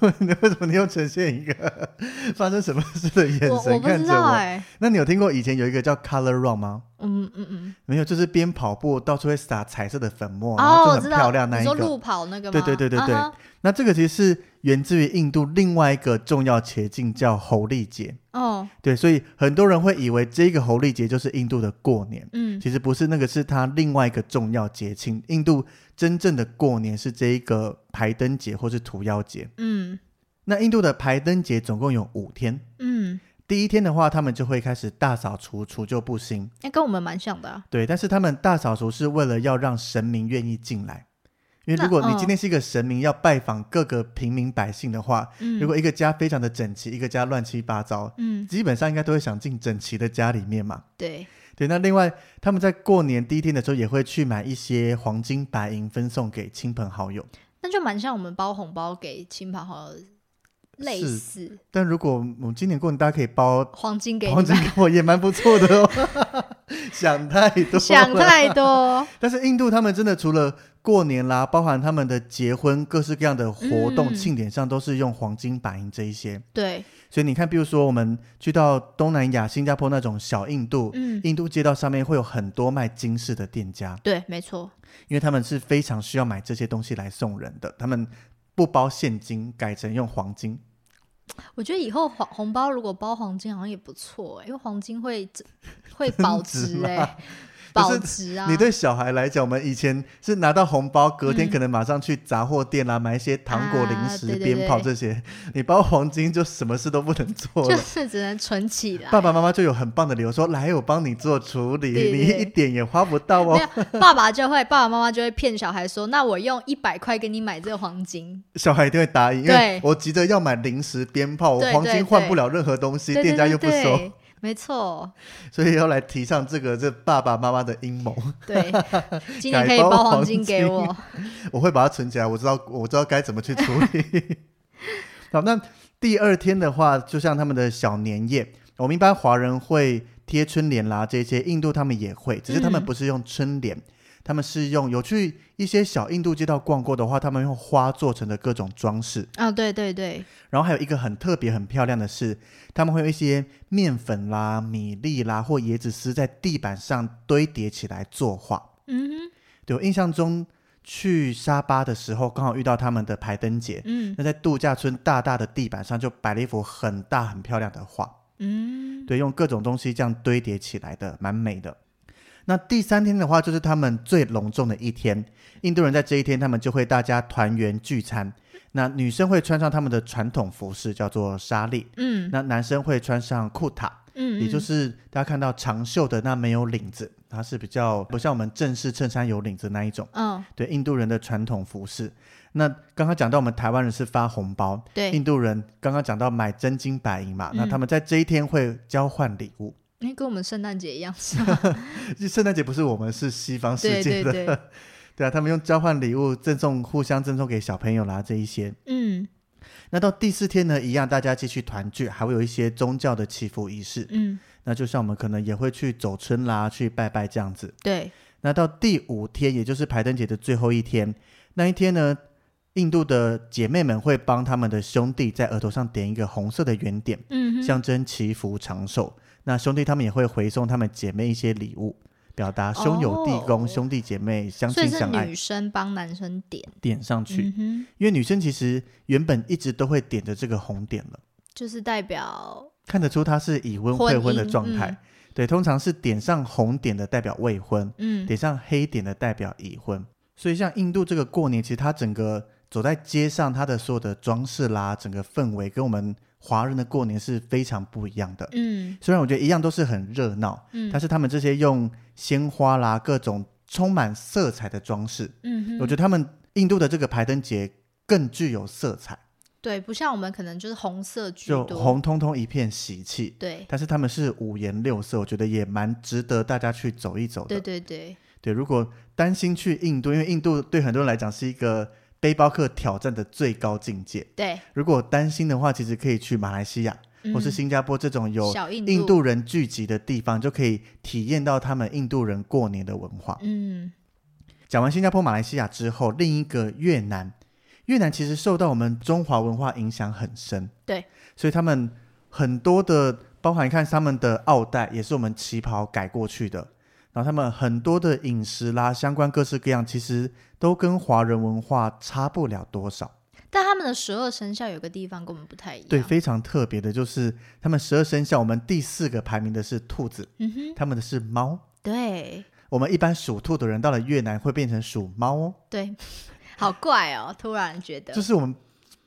Speaker 2: 为什么你又呈现一个 *laughs* 发生什么事的眼
Speaker 1: 我我
Speaker 2: 神
Speaker 1: 不
Speaker 2: 看
Speaker 1: 知
Speaker 2: 着
Speaker 1: 道
Speaker 2: 我？
Speaker 1: 哎、
Speaker 2: 那你有听过以前有一个叫 Color Run 吗？
Speaker 1: 嗯嗯嗯，
Speaker 2: 没有，就是边跑步到处会撒彩色的粉末，然
Speaker 1: 哦，
Speaker 2: 后
Speaker 1: 我
Speaker 2: 就
Speaker 1: 知
Speaker 2: 很
Speaker 1: 道，
Speaker 2: 漂亮那一
Speaker 1: 你说
Speaker 2: 个。
Speaker 1: 路跑那个吗？
Speaker 2: 对对对对对
Speaker 1: 啊哈
Speaker 2: 那这个其实是源自于印度另外一个重要捷径，叫猴历节。
Speaker 1: 哦，
Speaker 2: 对，所以很多人会以为这个猴历节就是印度的过年，
Speaker 1: 嗯
Speaker 2: 其实不是，那个是它另外一个重要节庆。印度真正的过年是这一个排灯节或是屠妖节。
Speaker 1: 嗯
Speaker 2: 那印度的排灯节总共有五天，
Speaker 1: 嗯，
Speaker 2: 第一天的话，他们就会开始大扫除，除旧布新。
Speaker 1: 那、跟我们蛮像的、啊。
Speaker 2: 对，但是他们大扫除是为了要让神明愿意进来，因为
Speaker 1: 那
Speaker 2: 如果你
Speaker 1: 嗯
Speaker 2: 今天是一个神明要拜访各个平民百姓的话，
Speaker 1: 嗯，
Speaker 2: 如果一个家非常的整齐，一个家乱七八糟，
Speaker 1: 嗯
Speaker 2: 基本上应该都会想进整齐的家里面嘛。
Speaker 1: 对，
Speaker 2: 对，那另外他们在过年第一天的时候也会去买一些黄金白银分送给亲朋好友，
Speaker 1: 那就蛮像我们包红包给亲朋好友类
Speaker 2: 是
Speaker 1: 似，
Speaker 2: 但如果我们今年过年大家可以包
Speaker 1: 黄金给你
Speaker 2: 黄金
Speaker 1: 们，
Speaker 2: 给我也蛮不错的哦， *laughs* 想太多了，
Speaker 1: 想太
Speaker 2: *laughs*
Speaker 1: 多。
Speaker 2: 但是印度他们真的除了过年啦，包含他们的结婚各式各样的活动、
Speaker 1: 嗯
Speaker 2: 庆典上，都是用黄金、白银这一些。
Speaker 1: 对，
Speaker 2: 所以你看，比如说我们去到东南亚、新加坡那种小印度，
Speaker 1: 嗯，
Speaker 2: 印度街道上面会有很多卖金饰的店家，
Speaker 1: 对，没错。
Speaker 2: 因为他们是非常需要买这些东西来送人的，他们不包现金，改成用黄金。
Speaker 1: 我觉得以后黄红包如果包黄金好像也不错、欸，因为黄金会会保值哎、
Speaker 2: *laughs*
Speaker 1: 保值啊！
Speaker 2: 你对小孩来讲，我们以前是拿到红包，隔天可能马上去杂货店啦、买一些糖果、
Speaker 1: 嗯啊
Speaker 2: 零食、
Speaker 1: 对对
Speaker 2: 鞭炮
Speaker 1: 对
Speaker 2: 这些，你包黄金就什么事都不能做
Speaker 1: 就
Speaker 2: 了。
Speaker 1: 是只能
Speaker 2: *laughs*
Speaker 1: 存起来。
Speaker 2: 爸爸妈妈就有很棒的理由说：“来，我帮你做处理，
Speaker 1: 对对对
Speaker 2: 你一点也花不到哦
Speaker 1: 没。有，爸爸就会，爸爸妈妈就会骗小孩说：“那我用一百块给你买这个黄金。””
Speaker 2: 小孩一定会答应，因为
Speaker 1: 对
Speaker 2: 我急着要买零食、鞭炮，我
Speaker 1: 对
Speaker 2: 黄
Speaker 1: 对
Speaker 2: 金换
Speaker 1: 对
Speaker 2: 不了任何东西，
Speaker 1: 对
Speaker 2: 店
Speaker 1: 对
Speaker 2: 家
Speaker 1: 对
Speaker 2: 又不收，
Speaker 1: 对，没错，
Speaker 2: 所以要来提倡这个这爸爸妈妈的阴谋。 *laughs*
Speaker 1: 对，今年
Speaker 2: 改
Speaker 1: 可以
Speaker 2: 包
Speaker 1: 包
Speaker 2: 黄
Speaker 1: 黄金给
Speaker 2: 金
Speaker 1: 我。
Speaker 2: 我会把它存起来，我知道我知道该怎么去处理。 *laughs* 好，那第二天的话，就像他们的小年夜，我们一般华人会贴春联啦，这些印度他们也会，只是他们
Speaker 1: 嗯
Speaker 2: 不是用春联，他们是用有去一些小印度街道逛过的话，他们用花做成的各种装饰。
Speaker 1: *laughs* 啊、对对对，
Speaker 2: 然后还有一个很特别、很漂亮的是，他们会有一些面粉啦、米粒啦或椰子丝在地板上堆叠起来作画。
Speaker 1: 嗯哼，
Speaker 2: 对我印象中，去沙巴的时候刚好遇到他们的排灯节，
Speaker 1: 嗯
Speaker 2: 那在度假村大大的地板上就摆了一幅很大很漂亮的画。
Speaker 1: 嗯，
Speaker 2: 对，用各种东西这样堆叠起来的，蛮美的。那第三天的话，就是他们最隆重的一天。印度人在这一天，他们就会大家团圆聚餐。那女生会穿上他们的传统服饰，叫做纱丽；
Speaker 1: 嗯
Speaker 2: 那男生会穿上裤塔，
Speaker 1: 嗯，
Speaker 2: 也就
Speaker 1: 嗯
Speaker 2: 是大家看到长袖的，那没有领子，它是比较不像我们正式衬衫有领子那一种。
Speaker 1: 嗯，
Speaker 2: 对，印度人的传统服饰。那刚刚讲到我们台湾人是发红包，
Speaker 1: 对，
Speaker 2: 印度人刚刚讲到买真金白银嘛，那
Speaker 1: 嗯
Speaker 2: 他们在这一天会交换礼物。 *laughs*
Speaker 1: 因哎为跟我们圣诞节一样，是
Speaker 2: 圣诞节不是我们是西方世
Speaker 1: 对
Speaker 2: 界
Speaker 1: 对
Speaker 2: 的，
Speaker 1: 对
Speaker 2: *laughs* 对啊，他们用交换礼物赠送，互相赠送给小朋友啦这一些。
Speaker 1: 嗯
Speaker 2: 那到第四天呢，一样大家继续团聚，还会有一些宗教的祈福仪式。
Speaker 1: 嗯，
Speaker 2: 那就像我们可能也会去走村啦，去拜拜这样子。
Speaker 1: 对，
Speaker 2: 那到第五天，也就是排灯节的最后一天，那一天呢，印度的姐妹们会帮他们的兄弟在额头上点一个红色的圆点。
Speaker 1: 嗯哼，
Speaker 2: 象征祈福长寿。那兄弟他们也会回送他们姐妹一些礼物，表达兄友弟恭、
Speaker 1: 哦
Speaker 2: 兄弟姐妹相
Speaker 1: 所以
Speaker 2: 亲
Speaker 1: 是
Speaker 2: 相爱，
Speaker 1: 女生帮男生点，
Speaker 2: 点上去。
Speaker 1: 嗯哼，
Speaker 2: 因为女生其实原本一直都会点着这个红点了，
Speaker 1: 就是代表
Speaker 2: 看得出她是已婚
Speaker 1: 婚
Speaker 2: 未婚的
Speaker 1: 姻嗯
Speaker 2: 状态。对，通常是点上红点的代表未婚，
Speaker 1: 嗯
Speaker 2: 点上黑点的代表已婚。所以像印度这个过年，其实它整个走在街上，它的所有的装饰啦，整个氛围跟我们华人的过年是非常不一样的。
Speaker 1: 嗯
Speaker 2: 虽然我觉得一样都是很热闹，
Speaker 1: 嗯
Speaker 2: 但是他们这些用鲜花啦、各种充满色彩的装饰，
Speaker 1: 嗯哼，
Speaker 2: 我觉得他们印度的这个排灯节更具有色彩，
Speaker 1: 对，不像我们可能就是红色居
Speaker 2: 就
Speaker 1: 多，
Speaker 2: 红彤彤一片喜气。
Speaker 1: 对
Speaker 2: 但是他们是五颜六色，我觉得也蛮值得大家去走一走的。
Speaker 1: 对对对，
Speaker 2: 对如果担心去印度，因为印度对很多人来讲是一个背包客挑战的最高境界。
Speaker 1: 对，
Speaker 2: 如果担心的话，其实可以去马来西亚、
Speaker 1: 嗯
Speaker 2: 或是新加坡这种有
Speaker 1: 小印
Speaker 2: 印，度人聚集的地方，就可以体验到他们印度人过年的文化。
Speaker 1: 嗯
Speaker 2: 讲完新加坡、马来西亚之后，另一个越南，越南其实受到我们中华文化影响很深，
Speaker 1: 对，
Speaker 2: 所以他们很多的，包含你看他们的奥黛也是我们旗袍改过去的，然后他们很多的饮食啦，相关各式各样，其实都跟华人文化差不了多少。
Speaker 1: 但他们的十二生肖有个地方跟我们不太一样，
Speaker 2: 对，非常特别的就是他们十二生肖，我们第四个排名的是兔子，
Speaker 1: 嗯哼，
Speaker 2: 他们的是猫。
Speaker 1: 对
Speaker 2: 我们一般属兔的人到了越南会变成属猫哦，
Speaker 1: 对， *laughs* 好怪哦，突然觉得
Speaker 2: 就，是我们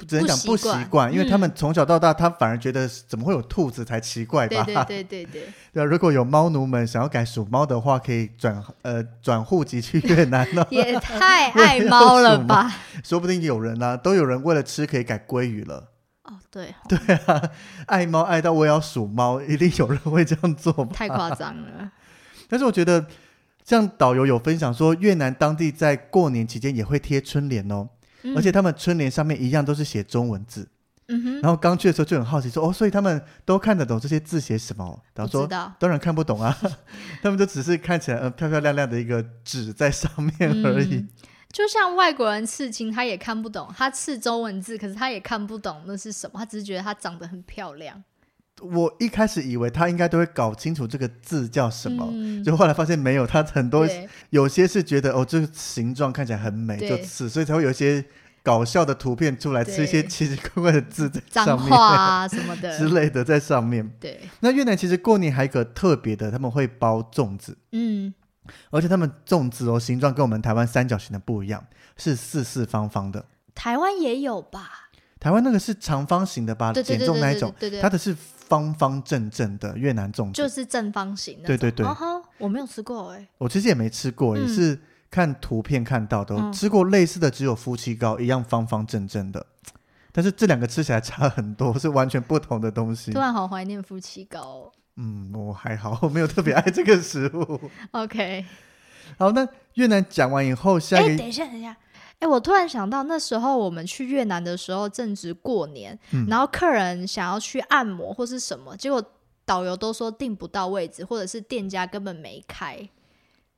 Speaker 2: 只能讲
Speaker 1: 不
Speaker 2: 不
Speaker 1: 习惯
Speaker 2: 习惯，因为他
Speaker 1: 嗯
Speaker 2: 们从小到大，他反而觉得怎么会有兔子才奇怪
Speaker 1: 对
Speaker 2: 吧？
Speaker 1: 对对对对，，
Speaker 2: 对啊如果有猫奴们想要改属猫的话，可以转呃转户籍去越南了
Speaker 1: 也太爱猫了吧？
Speaker 2: *laughs* 说不定有人啊，都有人为了吃可以改鲑鱼了。
Speaker 1: 哦，对哦，
Speaker 2: 对啊，爱猫爱到我也要属猫，一定有人会这样做
Speaker 1: *laughs*
Speaker 2: 吧？
Speaker 1: 太夸张
Speaker 2: *laughs*
Speaker 1: 了，
Speaker 2: 但是我觉得，像导游有分享说，越南当地在过年期间也会贴春联哦。
Speaker 1: 嗯
Speaker 2: 而且他们春联上面一样都是写中文字。
Speaker 1: 嗯哼，
Speaker 2: 然后刚去的时候就很好奇说，哦，所以他们都看得懂这些字写什么？然
Speaker 1: 不
Speaker 2: 后
Speaker 1: 知
Speaker 2: 说
Speaker 1: 道。
Speaker 2: 当然看不懂啊， *laughs* 他们就只是看起来嗯、呃漂漂亮亮的一个纸在上面而已。
Speaker 1: 嗯就像外国人刺青，他也看不懂，他刺中文字，可是他也看不懂那是什么，他只是觉得它长得很漂亮。
Speaker 2: 我一开始以为他应该都会搞清楚这个字叫什么。
Speaker 1: 嗯
Speaker 2: 就后来发现没有，他很多
Speaker 1: 对
Speaker 2: 有些是觉得哦，这个形状看起来很美，
Speaker 1: 对
Speaker 2: 就刺，所以才会有一些搞笑的图片出来，
Speaker 1: 对
Speaker 2: 吃一些奇奇怪怪的字在
Speaker 1: 脏
Speaker 2: 上
Speaker 1: 话
Speaker 2: 面
Speaker 1: 啊什么
Speaker 2: *laughs* 之
Speaker 1: 的，
Speaker 2: 类的在上面。
Speaker 1: 对，
Speaker 2: 那越南其实过年还有一个特别的，他们会包粽子，
Speaker 1: 嗯，
Speaker 2: 而且他们粽子哦形状跟我们台湾三角形的不一样，是四四方方的。
Speaker 1: 台湾也有吧？
Speaker 2: 台湾那个是长方形的吧，
Speaker 1: 对对
Speaker 2: 啊减
Speaker 1: 对
Speaker 2: 重
Speaker 1: 对
Speaker 2: 那一
Speaker 1: 对
Speaker 2: 种，
Speaker 1: 对对
Speaker 2: 它
Speaker 1: 对，
Speaker 2: 的是方方正正的越南粽子。
Speaker 1: 就是正方形的。
Speaker 2: 对对对
Speaker 1: 哦吼，我没有吃过哎，
Speaker 2: 我其实也没吃过，
Speaker 1: 嗯
Speaker 2: 也是看图片看到的。我
Speaker 1: 嗯
Speaker 2: 吃过类似的只有夫妻糕，一样方方正正的，但是这两个吃起来差很多，是完全不同的东西
Speaker 1: 突。然好怀念夫妻糕哦。
Speaker 2: 嗯，我还好， *laughs* 我没有特别爱这个食物。 *laughs*
Speaker 1: OK，
Speaker 2: 好，那越南讲完以后，下一
Speaker 1: 哎，
Speaker 2: 个
Speaker 1: 等一下，等一下。哎，我突然想到，那时候我们去越南的时候正值过年，
Speaker 2: 嗯
Speaker 1: 然后客人想要去按摩或是什么，结果导游都说订不到位置，或者是店家根本没开。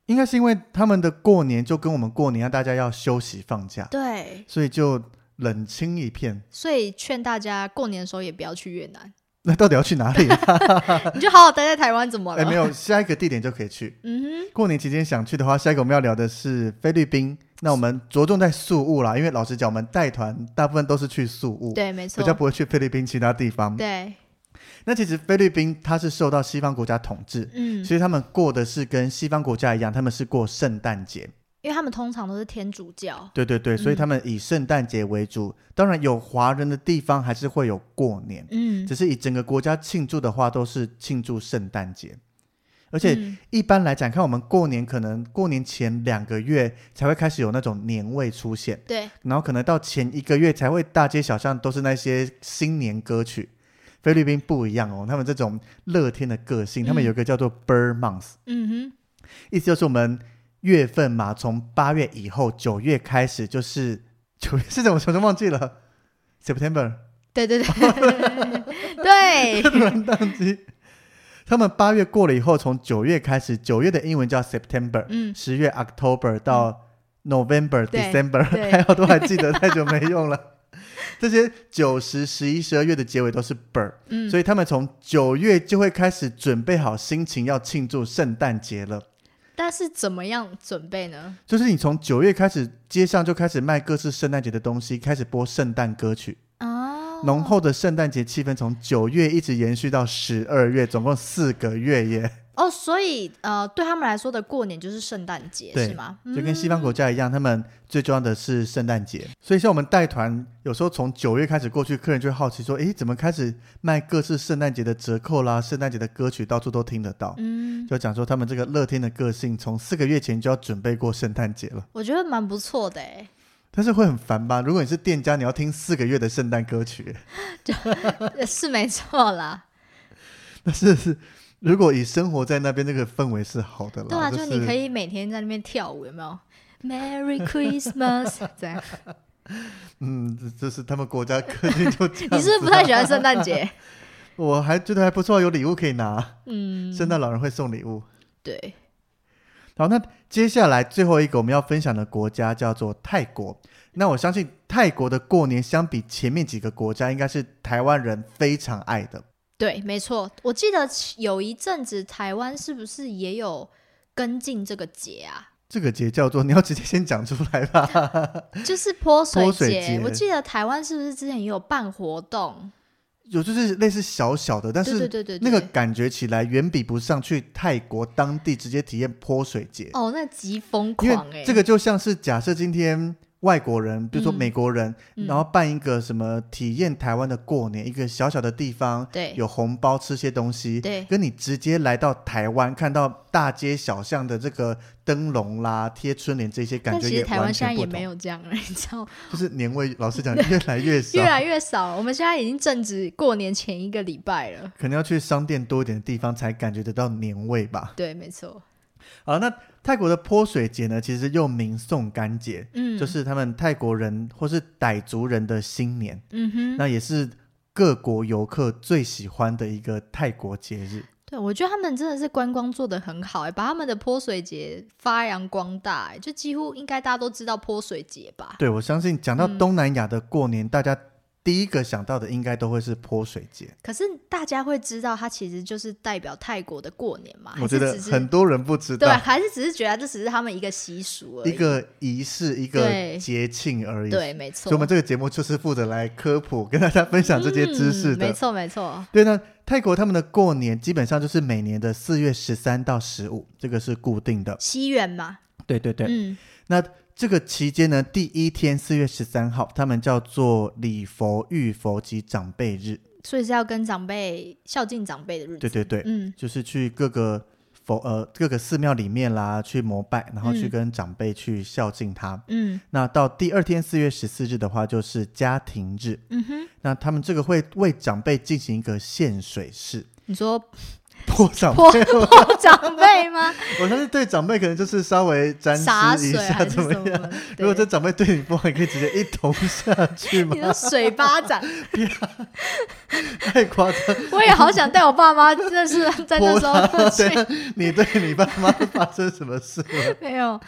Speaker 2: 应该是因为他们的过年就跟我们过年一样，大家要休息放假，
Speaker 1: 对，
Speaker 2: 所以就冷清一片。
Speaker 1: 所以劝大家过年的时候也不要去越南， *laughs*
Speaker 2: 那到底要去哪里、啊？
Speaker 1: 你就好好待在台湾，怎么
Speaker 2: 哎，
Speaker 1: 了？
Speaker 2: 没有，下一个地点就可以去。
Speaker 1: 嗯
Speaker 2: 过年期间想去的话，下一个我们要聊的是菲律宾。那我们着重在宿务啦，因为老实讲，我们带团大部分都是去宿务
Speaker 1: 哼，，对，没错
Speaker 2: 比，较不会去菲律宾其他地方。
Speaker 1: 对，
Speaker 2: 那其实菲律宾它是受到西方国家统治，
Speaker 1: 嗯，
Speaker 2: 所以他们过的是跟西方国家一样，他们是过圣诞节。
Speaker 1: 因为他们通常都是天主教，
Speaker 2: 对对对，所以他们以圣诞节为主。当然，有华人的地方还是会有过年，
Speaker 1: 嗯，
Speaker 2: 只是以整个国家庆祝的话，都是庆祝圣诞节。而
Speaker 1: 而
Speaker 2: 且一般来讲，看我们过年，可能过年前两个月才会开始有那种年味出现，
Speaker 1: 对，
Speaker 2: 然后可能到前一个月才会大街小巷都是那些新年歌曲。菲律宾不一样哦，他们这种乐天的个性，他们
Speaker 1: 嗯
Speaker 2: 有一个叫做 Bird Month，、
Speaker 1: 嗯哼，
Speaker 2: 意思就是我们月份嘛，从八月以后，九月开始就是九月是怎么什么忘记了？September *laughs*
Speaker 1: 对对对， *laughs* 对，
Speaker 2: 突然宕机。他们八月过了以后，从九月开始，九月的英文叫 September，
Speaker 1: 嗯，
Speaker 2: 十月 October 到 November、
Speaker 1: 对
Speaker 2: December，*laughs*
Speaker 1: 对
Speaker 2: 还好都还记得，太久没用了。 *laughs* 这些九十、十一、十二月的结尾都是 ber，、
Speaker 1: 嗯，
Speaker 2: 所以他们从九月就会开始准备好心情要庆祝圣诞节了。
Speaker 1: 但是怎么样准备呢？
Speaker 2: 就是你从九月开始，街上就开始卖各式圣诞节的东西，开始播圣诞歌曲，
Speaker 1: 啊，
Speaker 2: 浓厚的圣诞节气氛从九月一直延续到十二月，总共四个月耶。
Speaker 1: 哦，所以呃，对他们来说的过年就是圣诞节，
Speaker 2: 对
Speaker 1: 是吗？
Speaker 2: 就跟西方国
Speaker 1: 嗯
Speaker 2: 家一样，他们最重要的是圣诞节。所以像我们带团，有时候从九月开始过去，客人就会好奇说：“诶，怎么开始卖各式圣诞节的折扣啦？圣诞节的歌曲到处都听得到。
Speaker 1: 嗯，
Speaker 2: 就讲说他们这个乐天的个性，从四个月前就要准备过圣诞节了。
Speaker 1: 我觉得蛮不错的欸诶，
Speaker 2: 但是会很烦吧？如果你是店家，你要听四个月的圣诞歌曲，
Speaker 1: 呃 *laughs* 是没错啦。
Speaker 2: *laughs* 但是是如果以生活在那边那个氛围是好的啦，
Speaker 1: 对啊，
Speaker 2: 就
Speaker 1: 就是你可以每天在那边跳舞，有没有？Merry
Speaker 2: *laughs*
Speaker 1: Christmas，这样。
Speaker 2: 嗯，这这是他们国家个性就 *laughs* 这样子啊、
Speaker 1: 你是不是不太喜欢圣
Speaker 2: *laughs*
Speaker 1: 诞节？
Speaker 2: 我还觉得还不错，有礼物可以拿，
Speaker 1: *laughs* 嗯，
Speaker 2: 圣诞老人会送礼物。
Speaker 1: 对，
Speaker 2: 好，那接下来最后一个我们要分享的国家叫做泰国。那我相信泰国的过年相比前面几个国家，应该是台湾人非常爱的。
Speaker 1: 对，没错。我记得有一阵子台湾是不是也有跟进这个节啊？
Speaker 2: 这个节叫做，你要直接先讲出来
Speaker 1: *laughs*
Speaker 2: 吧。
Speaker 1: 就是泼水
Speaker 2: 泼水节
Speaker 1: 我记得台湾是不是之前也有办活动？
Speaker 2: 有就是类似小小的，但
Speaker 1: 对对
Speaker 2: 是
Speaker 1: 对对
Speaker 2: 那个
Speaker 1: 对
Speaker 2: 感觉起来远比不上去泰国当地直接体验泼水节，
Speaker 1: 哦，那极疯
Speaker 2: 因
Speaker 1: 狂哎、
Speaker 2: 为这个就像是假设今天。外国人，比如说美国人，
Speaker 1: 嗯
Speaker 2: 然后办一个什么体验台湾的过年，一个小小的地方，
Speaker 1: 对
Speaker 2: 有红包吃些东西，
Speaker 1: 对
Speaker 2: 跟你直接来到台湾，看到大街小巷的这个灯笼啦、贴春联这些，感
Speaker 1: 但
Speaker 2: 觉
Speaker 1: 其实
Speaker 2: 也
Speaker 1: 台湾
Speaker 2: 完
Speaker 1: 现在
Speaker 2: 全不
Speaker 1: 也没
Speaker 2: 同。
Speaker 1: 有这样了，你知道，
Speaker 2: 就是年味，老实讲越来越少
Speaker 1: *laughs* 越，来越少。我们现在已经正值过年前一个礼拜了。
Speaker 2: 可能要去商店多一点的地方才感觉得到年味吧。
Speaker 1: 对，没错。
Speaker 2: 好，那泰国的泼水节呢，其实又名送干节，
Speaker 1: 嗯，
Speaker 2: 就是他们泰国人或是傣族人的新年，
Speaker 1: 嗯哼，
Speaker 2: 那也是各国游客最喜欢的一个泰国节日。
Speaker 1: 对，我觉得他们真的是观光做得很好、欸，把他们的泼水节发扬光大、欸，就几乎应该大家都知道泼水节吧？
Speaker 2: 对，我相信讲到
Speaker 1: 嗯
Speaker 2: 东南亚的过年，大家第一个想到的应该都会是泼水节。
Speaker 1: 可是大家会知道它其实就是代表泰国的过年嘛？
Speaker 2: *laughs*
Speaker 1: 还
Speaker 2: 我
Speaker 1: 是
Speaker 2: 觉得
Speaker 1: 啊只是
Speaker 2: 很多人不知
Speaker 1: 对，
Speaker 2: 道
Speaker 1: 还是只是觉得这只是他们一个习俗而
Speaker 2: 一
Speaker 1: 已。
Speaker 2: 个仪式、一个
Speaker 1: 对
Speaker 2: 节庆而已。
Speaker 1: 对，没错。
Speaker 2: 所以我们这个节目就是负责来科普，跟大家分享这些知识
Speaker 1: 嗯
Speaker 2: 的。
Speaker 1: 没错，没错。
Speaker 2: 对呢，泰国他们的过年基本上就是每年的四月十三到十五，这个是固定的。
Speaker 1: 西元嘛，
Speaker 2: 对对对
Speaker 1: 嗯，
Speaker 2: 这个期间呢，第一天四月十三号，他们叫做礼佛、浴佛及长辈日。
Speaker 1: 所以是要跟长辈孝敬长辈的日子。
Speaker 2: 对对对，
Speaker 1: 嗯，
Speaker 2: 就是去各个佛呃各个寺庙里面啦去膜拜，然后去
Speaker 1: 嗯
Speaker 2: 跟长辈去孝敬他。
Speaker 1: 嗯
Speaker 2: 那到第二天四月十四日的话，就是家庭日。
Speaker 1: 嗯哼， *laughs*
Speaker 2: 那他们这个会为长辈进行一个献水式，
Speaker 1: 你说
Speaker 2: 破长辈
Speaker 1: 破破长
Speaker 2: *laughs*
Speaker 1: 辈吗？
Speaker 2: 我相信对长辈可能就是稍微沾
Speaker 1: 洒
Speaker 2: 湿一
Speaker 1: 水啊还
Speaker 2: 下
Speaker 1: 是
Speaker 2: 怎
Speaker 1: 什
Speaker 2: 么样。
Speaker 1: 么？
Speaker 2: 如果这
Speaker 1: 对
Speaker 2: 长辈对你不好，你可以直接一头下去吗
Speaker 1: *laughs* 你？的水巴掌，
Speaker 2: 太夸张！
Speaker 1: 我也好想带我
Speaker 2: *laughs*
Speaker 1: 爸妈，真的是 *laughs* 在那时 *laughs* 候去，
Speaker 2: 你啊 *laughs* 对你爸妈发生什么事了？
Speaker 1: 没有，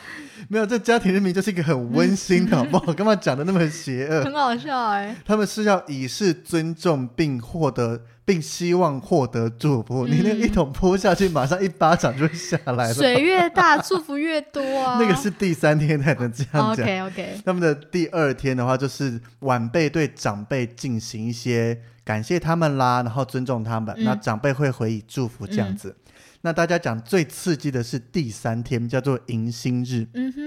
Speaker 2: 没有，这家庭明明就是一个很温馨的，好不
Speaker 1: *laughs*
Speaker 2: 好？干嘛讲的那么邪恶？
Speaker 1: 很好笑哎、
Speaker 2: 他们是要以示尊重，并获得，并希望获得祝福。
Speaker 1: 嗯
Speaker 2: 你那个一桶泼下去，马上一巴掌就下来了。
Speaker 1: 水越大，祝福越多啊。
Speaker 2: *laughs*
Speaker 1: 哦
Speaker 2: 那个是第三天才能这样讲。
Speaker 1: OK OK，
Speaker 2: 他们的第二天的话，就是晚辈对长辈进行一些感谢他们啦，然后尊重他们。
Speaker 1: 嗯
Speaker 2: 那长辈会回以祝福这样子。那大家讲最刺激的是第三天，叫做迎新日，
Speaker 1: 嗯哼，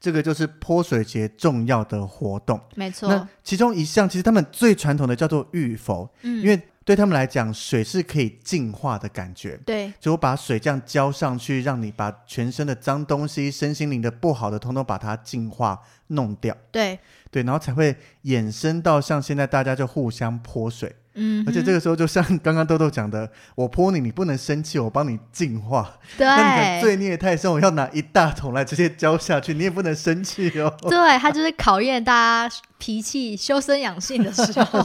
Speaker 2: 这个就是泼水节重要的活动。
Speaker 1: 没错
Speaker 2: 那，其中一项，其实他们最传统的叫做浴佛，
Speaker 1: 嗯，
Speaker 2: 因为对他们来讲，水是可以净化的感觉。
Speaker 1: 对，
Speaker 2: 就把水这样浇上去，让你把全身的脏东西、身心灵的不好的，通通把它净化弄掉。
Speaker 1: 对，
Speaker 2: 对，然后才会衍生到像现在大家就互相泼水，
Speaker 1: 嗯哼，
Speaker 2: 而且这个时候就像刚刚豆豆讲的，我泼你，你不能生气，哦我帮你净化。那你可能罪
Speaker 1: 对。
Speaker 2: 孽太深，我要拿一大桶来直接浇下去，你也不能生气哦。
Speaker 1: 对，它就是考验大家脾气、修身养性的时
Speaker 2: *laughs*
Speaker 1: 候。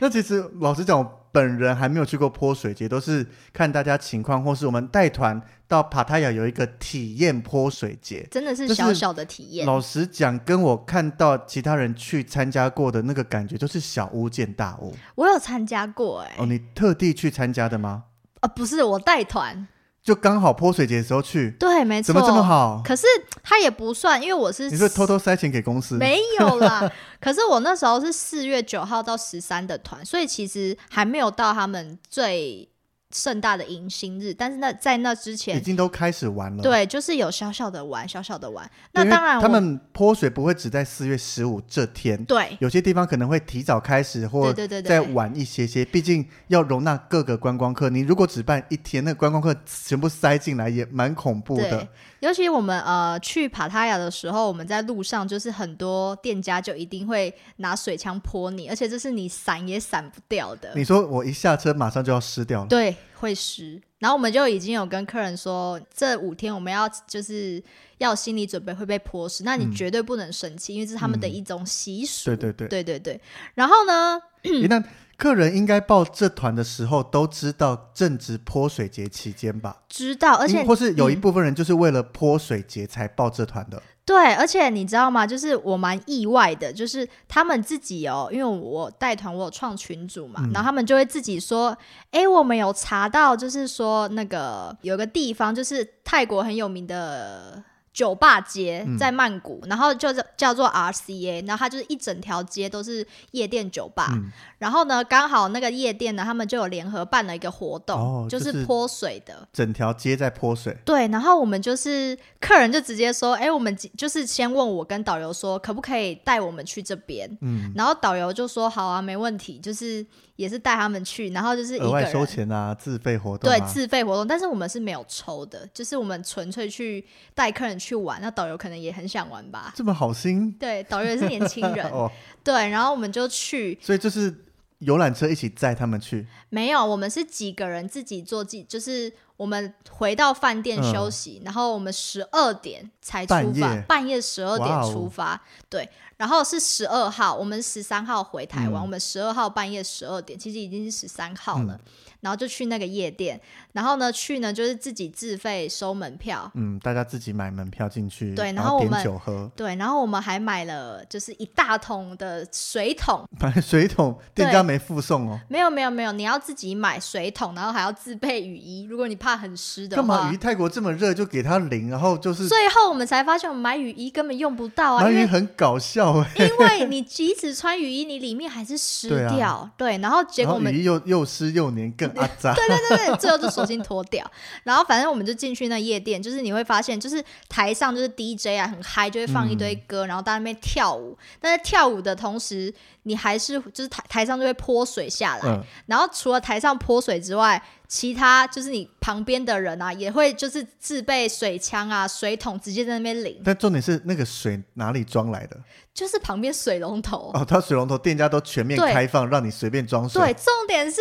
Speaker 2: 那其实老实讲，我本人还没有去过泼水节，都是看大家情况，或是我们带团到帕塔亚有一个体验泼水节。
Speaker 1: 真的是
Speaker 2: 就是
Speaker 1: 小小的体验。
Speaker 2: 老实讲，跟我看到其他人去参加过的那个感觉，就是小巫见大巫。
Speaker 1: 我有参加过、哎、
Speaker 2: 哦，你特地去参加的吗？
Speaker 1: 啊，不是我带团，
Speaker 2: 就刚好泼水节的时候去，
Speaker 1: 对，没错，
Speaker 2: 怎么这么？好？
Speaker 1: 可是它也不算，因为我是
Speaker 2: 你是偷偷塞钱给公司？
Speaker 1: 没有
Speaker 2: *laughs*
Speaker 1: 啦。可是我那时候是四月九号到十三的团，所以其实还没有到他们最盛大的迎新日，但是那在那之
Speaker 2: 已
Speaker 1: 前。
Speaker 2: 经都开始玩了。对，
Speaker 1: 对，就是有小小的玩，小小的玩。那
Speaker 2: 因为
Speaker 1: 当然我，
Speaker 2: 他们泼水不会只在四月十五这天，
Speaker 1: 对
Speaker 2: 有些地方可能会提早开始或
Speaker 1: 对对对
Speaker 2: 再
Speaker 1: 对，
Speaker 2: 晚一些些。毕竟要容纳各个观光客，你如果只办一天，那观光客全部塞进来也蛮恐怖的
Speaker 1: 对。尤其我们呃去帕塔亚的时候，我们在路上就是很多店家就一定会拿水枪泼你，而且这是你闪也闪不掉的。
Speaker 2: 你说我一下车马上就要湿掉了，
Speaker 1: 对，会湿。然后我们就已经有跟客人说，这五天我们要就是要有心理准备会被泼湿，那你绝对不能生气，因为这是他们的一种习俗。
Speaker 2: 嗯对对对。
Speaker 1: 对对对然后呢， *clears throat*
Speaker 2: 诶那客人应该报这团的时候都知道正值泼水节期间吧？
Speaker 1: 知道，而
Speaker 2: 因
Speaker 1: 且
Speaker 2: 或是有一
Speaker 1: 嗯
Speaker 2: 部分人就是为了泼水节才报这团的，
Speaker 1: 对，而且你知道吗？就是我蛮意外的，就是他们自己哦，因为我带团，我有创群组
Speaker 2: 嗯
Speaker 1: 嘛，然后他们就会自己说，诶，我们有查到，就是说那个有个地方，就是泰国很有名的。酒吧街
Speaker 2: 嗯
Speaker 1: 在曼谷，然后就是叫做 RCA，然后它就是一整条街都是夜店酒吧。
Speaker 2: 嗯
Speaker 1: 然后呢，刚好那个夜店呢，他们就有联合办了一个活动，
Speaker 2: 哦
Speaker 1: 就
Speaker 2: 就是
Speaker 1: 是泼水的。
Speaker 2: 整条街在泼水。
Speaker 1: 对，然后我们就是客人就直接说，哎，我们几就是先问我跟导游说，可不可以带我们去这边？
Speaker 2: 嗯，
Speaker 1: 然后导游就说好啊，没问题，就是也是带他们去，然后就是一
Speaker 2: 额
Speaker 1: 个
Speaker 2: 外收
Speaker 1: 人。
Speaker 2: 钱啊，自费活动、啊。
Speaker 1: 对自费活动，但是我们是没有抽的，就是我们纯粹去带客人去玩。那导游可能也很想玩吧？
Speaker 2: 这么好心
Speaker 1: 对，导游也是年轻人，
Speaker 2: *laughs* 哦，
Speaker 1: 对。然后我们就去，
Speaker 2: 所以就是游览车一起载他们去。
Speaker 1: 没有，我们是几个人自己坐自己，就是我们回到饭店
Speaker 2: 嗯
Speaker 1: 休息，然后我们十二点才出
Speaker 2: 半
Speaker 1: 发
Speaker 2: 夜，
Speaker 1: 半夜十二
Speaker 2: 哇
Speaker 1: 点
Speaker 2: 哦
Speaker 1: 出发，对，然后是十二号，我们十三号回台
Speaker 2: 嗯
Speaker 1: 湾，我们十二号半夜十二点，其实已经是十三号了，然后就去那个夜店，然后呢去呢就是自己自费收门票。
Speaker 2: 嗯，大家自己买门票进去，
Speaker 1: 对
Speaker 2: 然
Speaker 1: 然后我
Speaker 2: 点
Speaker 1: 们
Speaker 2: 酒喝， *laughs*
Speaker 1: 对，然后我们还买了就是一大桶的水桶，
Speaker 2: 买水桶，店家没附送哦。
Speaker 1: 没有没有没有，你要自己买水桶，然后还要自备雨衣，如果你怕很湿的
Speaker 2: 干
Speaker 1: 话。
Speaker 2: 嘛？鱼泰国这么热，就给他淋，然后就是
Speaker 1: 最后我们才发现，我们买雨衣根本用不到啊，
Speaker 2: 鳗
Speaker 1: 因
Speaker 2: 鱼
Speaker 1: 为
Speaker 2: 很搞笑哎、
Speaker 1: 因为你即使穿雨衣，你里面还是
Speaker 2: *laughs*
Speaker 1: 湿
Speaker 2: 对啊
Speaker 1: 掉。对，然后结
Speaker 2: 然后
Speaker 1: 果我们
Speaker 2: 鱼又又湿又黏，更阿杂。
Speaker 1: *laughs* 对对对对， *laughs* 最后就索性脱掉。然后反正我们就进去那夜店，就是你会发现，就是台上就是 DJ 啊，很嗨，就会放一堆歌，然后大家在那边跳舞。但是跳舞的同时，你还是就是台台上就会泼水下来。
Speaker 2: 嗯，
Speaker 1: 然后除了台上泼水之外，其他就是你旁边的人啊，也会就是自备水枪啊、水桶，直接在那边淋。
Speaker 2: 但重点是那个水哪里装来的？哦
Speaker 1: 就是旁边水龙头。
Speaker 2: 哦，它水龙头店家都全面
Speaker 1: 对
Speaker 2: 开放，让你随便装水。
Speaker 1: 对，重点是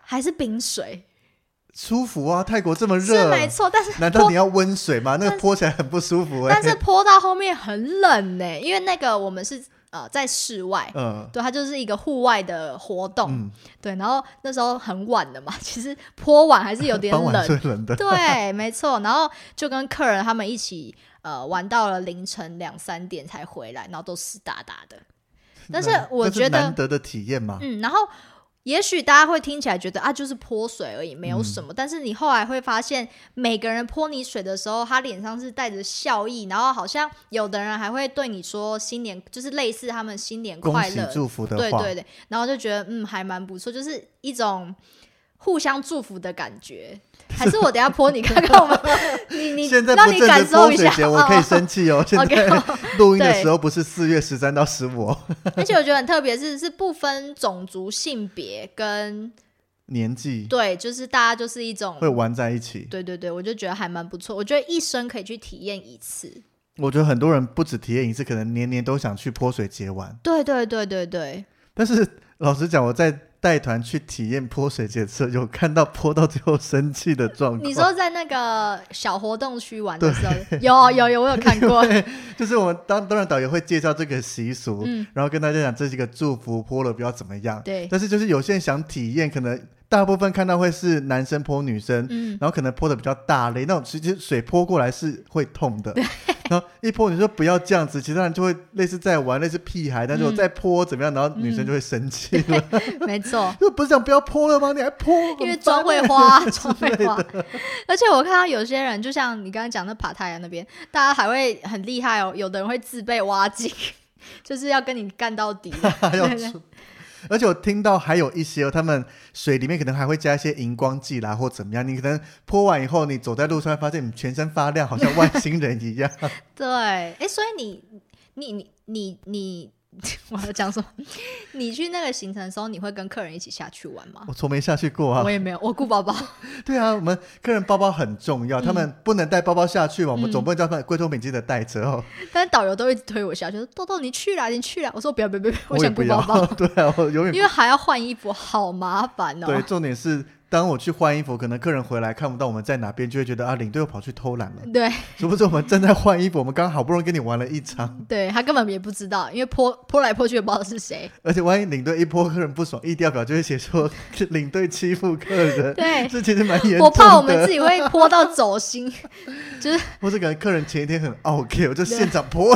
Speaker 1: 还是冰水，
Speaker 2: 舒服啊！泰国这么
Speaker 1: 是
Speaker 2: 热，
Speaker 1: 没错，但是
Speaker 2: 难道你要温水吗？那
Speaker 1: 但
Speaker 2: 个
Speaker 1: 是
Speaker 2: 泼起来很不舒服哎、
Speaker 1: 但是泼到后面很冷呢、因为那个我们是呃在室外，
Speaker 2: 嗯
Speaker 1: 对，它就是一个户外的活动，
Speaker 2: 嗯，
Speaker 1: 对，然后那时候很晚了嘛， *laughs* 其实泼完还是有点
Speaker 2: *laughs* 傍晚最
Speaker 1: 冷，
Speaker 2: 冷的，
Speaker 1: 对，没错，然后就跟客人他们一起呃玩到了凌晨两三点才回来，然后都湿哒哒的，但是
Speaker 2: 那
Speaker 1: 我
Speaker 2: 那
Speaker 1: 觉得
Speaker 2: 难得的体验嘛，
Speaker 1: 嗯，然后也许大家会听起来觉得啊，就是泼水而已，没
Speaker 2: 嗯
Speaker 1: 有什么。但是你后来会发现，每个人泼你水的时候，他脸上是带着笑意，然后好像有的人还会对你说新年，就是类似他们新年
Speaker 2: 恭
Speaker 1: 快
Speaker 2: 喜
Speaker 1: 乐，
Speaker 2: 祝福的
Speaker 1: 对
Speaker 2: 话，
Speaker 1: 对对，然后就觉得嗯，还蛮不错，就是一种。互相祝福的感觉，还是我等一下泼你看看我
Speaker 2: *laughs*
Speaker 1: 们，你你
Speaker 2: 现在
Speaker 1: 让
Speaker 2: 不
Speaker 1: 你
Speaker 2: 正
Speaker 1: 感
Speaker 2: 值
Speaker 1: 受
Speaker 2: 泼
Speaker 1: 一
Speaker 2: 水
Speaker 1: 下， *laughs*
Speaker 2: 节，我可以
Speaker 1: 哦
Speaker 2: 生气哦。现
Speaker 1: OK，
Speaker 2: 在 *laughs* 录音的
Speaker 1: 对
Speaker 2: 时候不是四月十三到十五哦
Speaker 1: 而且我觉得很特别，是是不分种族、性别跟
Speaker 2: 年纪
Speaker 1: 对，就是大家就是一种
Speaker 2: 会玩在一起。
Speaker 1: 对对对，我就觉得还蛮不错，我觉得一生可以去体验一次。
Speaker 2: 我觉得很多人不止体验一次，可能年年都想去泼水节玩。
Speaker 1: 对对对对对，
Speaker 2: 但是 *laughs* 老实讲，我在带团去体验泼水节的时候，有看到泼到最后生气的状况。
Speaker 1: 你说在那个小活动区玩的时候，有有有，我有看 *laughs* 过，
Speaker 2: 就是我们当当然导游会介绍这个习俗，
Speaker 1: 嗯，
Speaker 2: 然后跟大家讲这是一个祝福，泼了不要怎么样。
Speaker 1: 对，
Speaker 2: 但是就是有些人想体验，可能大部分看到会是男生泼女生，
Speaker 1: 嗯，
Speaker 2: 然后可能泼的比较大力，那种其实水泼过来是会痛的。 *laughs* 然后一泼你说不要这样子，其他人就会类似在玩，类似屁孩，但是我
Speaker 1: 嗯
Speaker 2: 再泼怎么样，然后女生就会生气 *laughs* 了，。
Speaker 1: 没错 *laughs*
Speaker 2: 就不是讲不要泼了吗？你还泼，
Speaker 1: 因为
Speaker 2: 很烦
Speaker 1: 妆会
Speaker 2: 欸
Speaker 1: *laughs* 花，妆会花，而且我看到有些人，就像你刚刚讲的帕泰亚那边，大家还会很厉害哦。有的人会自备挖井， *laughs* 就是要跟你干到底。
Speaker 2: 啊 *laughs* 还要
Speaker 1: 对对
Speaker 2: 出。而且我听到还有一些哦，他们水里面可能还会加一些荧光剂啦，或怎么样。你可能泼完以后，你走在路上会发现你全身发亮，好像外星人一样。 *laughs*
Speaker 1: 对，哎，所以你你你你你， *laughs* 我要讲什么？ *laughs* 你去那个行程的时候，你会跟客人一起下去玩吗？
Speaker 2: 我从没下去过啊
Speaker 1: 我。也没有，我顾宝宝。 *laughs*
Speaker 2: 对啊，我们客人包包很重要，他们不能带包包下去嘛，我们
Speaker 1: 嗯
Speaker 2: 总不能叫他们龟头敏记得带着哦。
Speaker 1: 但是导游都一直推我下去，说豆豆你去啦，你去啦。我说不要不要不要，
Speaker 2: 我也
Speaker 1: 想
Speaker 2: 不
Speaker 1: 顾宝
Speaker 2: 要
Speaker 1: 宝，。 *laughs*
Speaker 2: *laughs* 对啊，我永远
Speaker 1: 因为还要换衣服，好麻烦哦。
Speaker 2: 对。重点是，当我去换衣服，可能客人回来看不到我们在哪边，就会觉得啊，领队又跑去偷
Speaker 1: *laughs*
Speaker 2: 懒了。
Speaker 1: 对
Speaker 2: 殊不知我们正在换衣服，我们刚好不容易跟你玩了一场。
Speaker 1: 对他根本也不知道，因为泼泼来泼去也不知道是谁。
Speaker 2: 而且万一领队一泼客人不爽，意调表就会写说哎领队欺负客人，
Speaker 1: 对，
Speaker 2: 这其实蛮严重的。
Speaker 1: 我怕我们自己会泼到走心。
Speaker 2: 或者可能客人前一天很 OK，我就现场泼。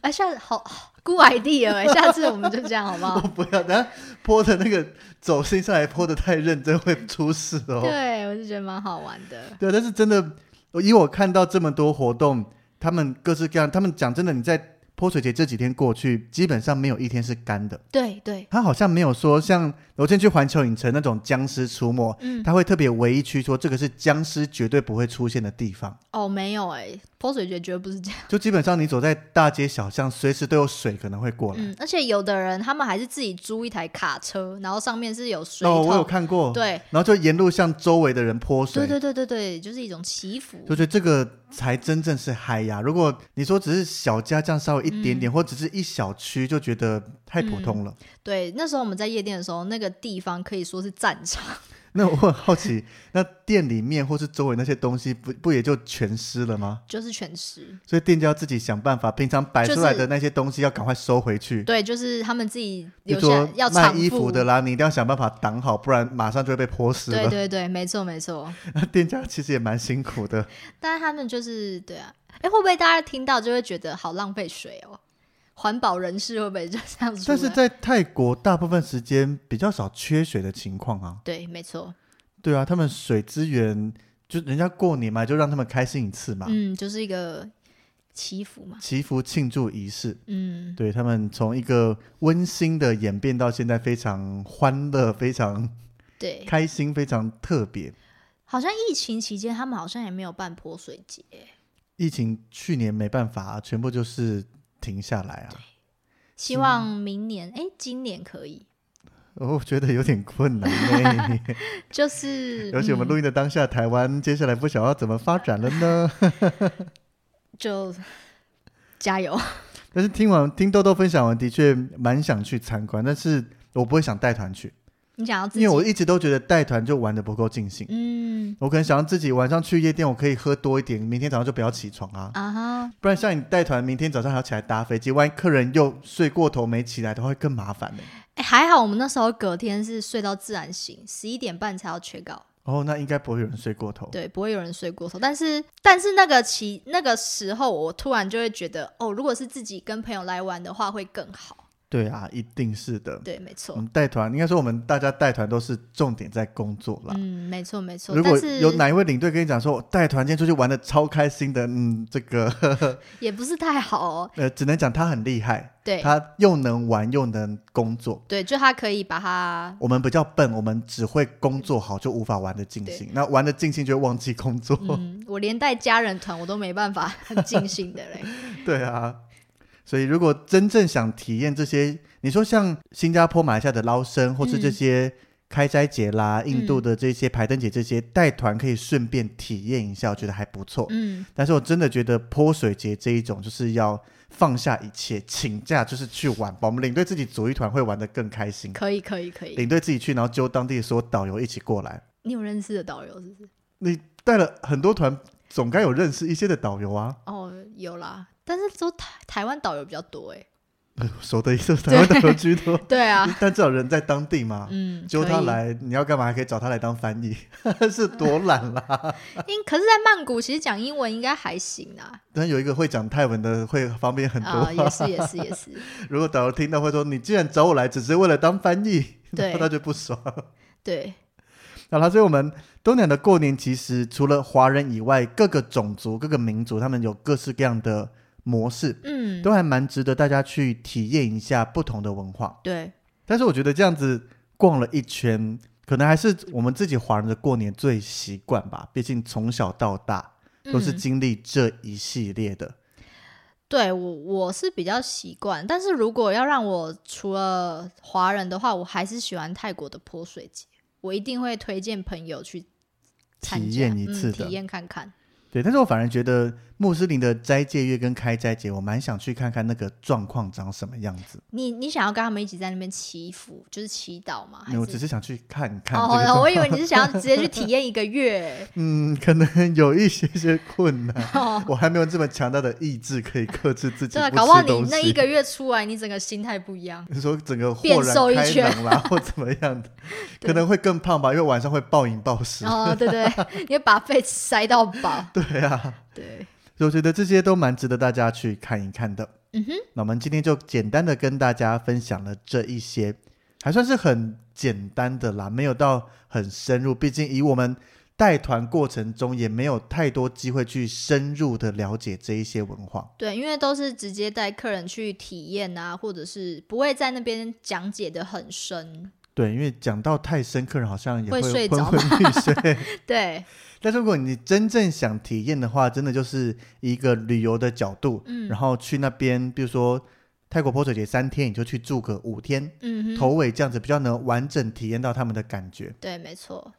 Speaker 1: 哎，下次好 good idea 哎，下次我们就这样好不
Speaker 2: *laughs* 我
Speaker 1: 好？
Speaker 2: 不要，等下泼的那个走心上来泼的太认真会出事哦。
Speaker 1: 对，我就觉得蛮好玩的。
Speaker 2: 对啊，但是真的，我以我看到这么多活动，他们各式各样，他们讲真的，你在泼水节这几天过去，基本上没有一天是干的。
Speaker 1: 对对，
Speaker 2: 他好像没有说像我之前去环球影城那种僵尸出没，
Speaker 1: 嗯，
Speaker 2: 他会特别唯一区说这个是僵尸绝对不会出现的地方。
Speaker 1: 哦，没有哎、泼水节绝对不是这样。
Speaker 2: 就基本上你走在大街小巷，随时都有水可能会过来。
Speaker 1: 嗯，而且有的人他们还是自己租一台卡车，然后上面是有水
Speaker 2: 那
Speaker 1: 桶，
Speaker 2: 哦我有看过，
Speaker 1: 对
Speaker 2: 然后就沿路向周围的人泼水，
Speaker 1: 对对对对对，就是一种祈福。
Speaker 2: 就觉得这个才真正是嗨呀、如果你说只是小家这样稍微一点
Speaker 1: 嗯
Speaker 2: 点，或只是一小区，就觉得太普通了。
Speaker 1: 对，那时候我们在夜店的时候，那个地方可以说是战场。
Speaker 2: *laughs* 那我很好奇，那店里面或是周围那些东西不，不也就全湿了吗？
Speaker 1: 就是全湿，
Speaker 2: 所以店家要自己想办法，平常摆
Speaker 1: 就是
Speaker 2: 出来的那些东西要赶快收回去。
Speaker 1: 对，就是他们自己
Speaker 2: 比
Speaker 1: 留
Speaker 2: 如
Speaker 1: 下
Speaker 2: 说
Speaker 1: 要
Speaker 2: 卖
Speaker 1: 偿
Speaker 2: 衣服
Speaker 1: 付
Speaker 2: 的。啦，你一定要想办法挡好，不然马上就会被泼湿了。
Speaker 1: 对对对，没错没错。
Speaker 2: *laughs* 那店家其实也蛮辛苦
Speaker 1: *laughs*
Speaker 2: 的，
Speaker 1: 但是他们就是对啊，哎，会不会大家听到就会觉得好浪费水哦？环保人士会不会就这样说？
Speaker 2: 但是在泰国大部分时间比较少缺水的情况啊。
Speaker 1: 对，没错，
Speaker 2: 对啊，他们水资源就人家过年嘛，就让他们开心一次嘛，
Speaker 1: 嗯，就是一个祈福嘛，
Speaker 2: 祈福庆祝仪式。
Speaker 1: 嗯。
Speaker 2: 对他们从一个温馨的演变到现在非常欢乐、非常
Speaker 1: 对，
Speaker 2: 开心、非常特别。
Speaker 1: 好像疫情期间他们好像也没有办泼水节，
Speaker 2: 疫情去年没办法、啊，全部就是停下来啊。
Speaker 1: 希望明年哎、诶今年可以，
Speaker 2: 哦我觉得有点困难呢、
Speaker 1: *laughs* 就是
Speaker 2: 而且我们录音的当下，台湾接下来不晓得要怎么发展了呢？
Speaker 1: 嗯就加油， *laughs*
Speaker 2: 但是听完听豆豆分享完，的确蛮想去参观，但是我不会想带团去，
Speaker 1: 你想要
Speaker 2: 因
Speaker 1: 自己
Speaker 2: 为我一直都觉得带团就玩的不够尽兴。
Speaker 1: 嗯
Speaker 2: 我可能想让自己晚上去夜店，我可以喝多一点，明天早上就不要起床啊。
Speaker 1: 啊哈，
Speaker 2: 不然像你带团，明天早上还要起来搭飞机，万一客人又睡过头没起来的话，会更麻烦呢、欸
Speaker 1: 哎、还好我们那时候隔天是睡到自然醒，十一点半才要缺稿，
Speaker 2: 哦，那应该不会有人睡过头。
Speaker 1: 对，不会有人睡过头。但是，但是那个期那个时候，我突然就会觉得，哦，如果是自己跟朋友来玩的话，会更好。
Speaker 2: 对啊，一定是的。
Speaker 1: 对，没
Speaker 2: 我
Speaker 1: 错，
Speaker 2: 们带团，应该说我们大家带团都是重点在工作啦。
Speaker 1: 嗯，没错，没错。
Speaker 2: 如果
Speaker 1: 但是
Speaker 2: 有哪一位领队跟你讲说，我带团今天出去玩的超开心的，嗯，这个 *laughs* 呵呵
Speaker 1: 也不是太好哦。
Speaker 2: 呃，只能讲他很厉害，
Speaker 1: 对，
Speaker 2: 他又能玩又能工作。
Speaker 1: 对，就他可以
Speaker 2: *laughs*
Speaker 1: 把它，
Speaker 2: 我们比较笨，我们只会工作好，就无法玩的尽兴。那玩的尽兴就会忘记工作。
Speaker 1: 嗯，我连带家人团我都没办法 *laughs* 很尽兴的嘞。
Speaker 2: *laughs* 对啊，所以如果真正想体验这些，你说像新加坡、马来西亚的捞生，或是这
Speaker 1: 嗯
Speaker 2: 些开斋节啦、印度
Speaker 1: 嗯
Speaker 2: 的这些排灯节这些，带团可以顺便体验一下，我觉得还不错。
Speaker 1: 嗯，
Speaker 2: 但是我真的觉得泼水节这一种，就是要放下一切，请假就是去玩吧。我们领队自己组一团会玩得更开心。
Speaker 1: 可以，可以，可以。
Speaker 2: 领队自己去，然后揪当地所有导游一起过来。
Speaker 1: 你有认识的导游是不是？
Speaker 2: 你带了很多团，总该有认识一些的导游啊。
Speaker 1: 哦，有啦，但是都台台湾导游比较多哎。
Speaker 2: 熟的一些台 *laughs* 湾导游居
Speaker 1: *laughs*
Speaker 2: 多，
Speaker 1: 对啊，
Speaker 2: 但至少人在当地嘛。
Speaker 1: 嗯，
Speaker 2: 揪
Speaker 1: 可
Speaker 2: 他
Speaker 1: 以。
Speaker 2: 来，你要干嘛？还可以找他来当翻译， *laughs* 是多懒
Speaker 1: *laughs*
Speaker 2: 啦！
Speaker 1: 因可是，在曼谷其实讲英文应该还行啊。
Speaker 2: 但有一个会讲泰文的会方便很多。
Speaker 1: 啊、也是也是也
Speaker 2: *laughs*
Speaker 1: 是，
Speaker 2: 如果导游听到会说：“你既然找我来，只是为了当翻译，*laughs*
Speaker 1: 对
Speaker 2: 那他就不爽。
Speaker 1: 对，”
Speaker 2: 好了，所以我们东南亚的过年其实除了华人以外，各个种族、各个民族，他们有各式各样的模式，
Speaker 1: 嗯，
Speaker 2: 都还蛮值得大家去体验一下不同的文化。
Speaker 1: 对，
Speaker 2: 但是我觉得这样子逛了一圈，可能还是我们自己华人的过年最习惯吧，毕竟从小到大。都是
Speaker 1: 嗯、
Speaker 2: 经历这一系列的。
Speaker 1: 对我我是比较习惯，但是如果要让我除了华人的话，我还是喜欢泰国的泼水节，我一定会推荐朋友去参
Speaker 2: 体
Speaker 1: 加
Speaker 2: 验一次
Speaker 1: 嗯、
Speaker 2: 的
Speaker 1: 体验看看。
Speaker 2: 对，但是我反而觉得穆斯林的斋戒月跟开斋节，我蛮想去看看那个状况长什么样子。
Speaker 1: 你你想要跟他们一起在那边祈福，就是祈祷吗？还
Speaker 2: 没有我只
Speaker 1: 啊是
Speaker 2: 是想去看看这个状
Speaker 1: 哦，我以为你是想要直接去体验一
Speaker 2: *laughs*
Speaker 1: 个月
Speaker 2: 嗯，可能有一些些困难，
Speaker 1: 哦。
Speaker 2: 我还没有这么强大的意志可以克制自己
Speaker 1: 对啊，
Speaker 2: 不
Speaker 1: 搞不好
Speaker 2: 吃
Speaker 1: 你
Speaker 2: 东西。
Speaker 1: 那一个月出来，你整个心态不一
Speaker 2: *laughs*
Speaker 1: 样。
Speaker 2: 你说整个豁
Speaker 1: 变瘦
Speaker 2: 然
Speaker 1: 一
Speaker 2: 开
Speaker 1: 圈
Speaker 2: 朗啦，或怎么样的，
Speaker 1: *laughs*
Speaker 2: *laughs*
Speaker 1: 对
Speaker 2: 可能会更胖吧，因为晚上会暴饮暴食。
Speaker 1: 哦，对对，你会把肺塞到饱。
Speaker 2: *laughs* 对啊，
Speaker 1: 对，
Speaker 2: 所以我觉得这些都蛮值得大家去看一看的。
Speaker 1: 嗯哼，
Speaker 2: 那我们今天就简单的跟大家分享了这一些，还算是很简单的啦，没有到很深入。毕竟以我们带团过程中也没有太多机会去深入的了解这一些文化。
Speaker 1: 对，因为都是直接带客人去体验啊，或者是不会在那边讲解的很深。
Speaker 2: 对，因为讲到太深， *laughs* 客人好像也
Speaker 1: 会睡
Speaker 2: 昏
Speaker 1: 着
Speaker 2: 昏欲睡。
Speaker 1: 对，
Speaker 2: 但是如果你真正想体验的话，真的就是一个旅游的角度，
Speaker 1: 嗯
Speaker 2: 然后去那边，比如说泰国泼水节三天，你就去住个五天，
Speaker 1: 嗯哼，
Speaker 2: 头尾这样子比较能完整体验到他们的感觉。
Speaker 1: 对，没错。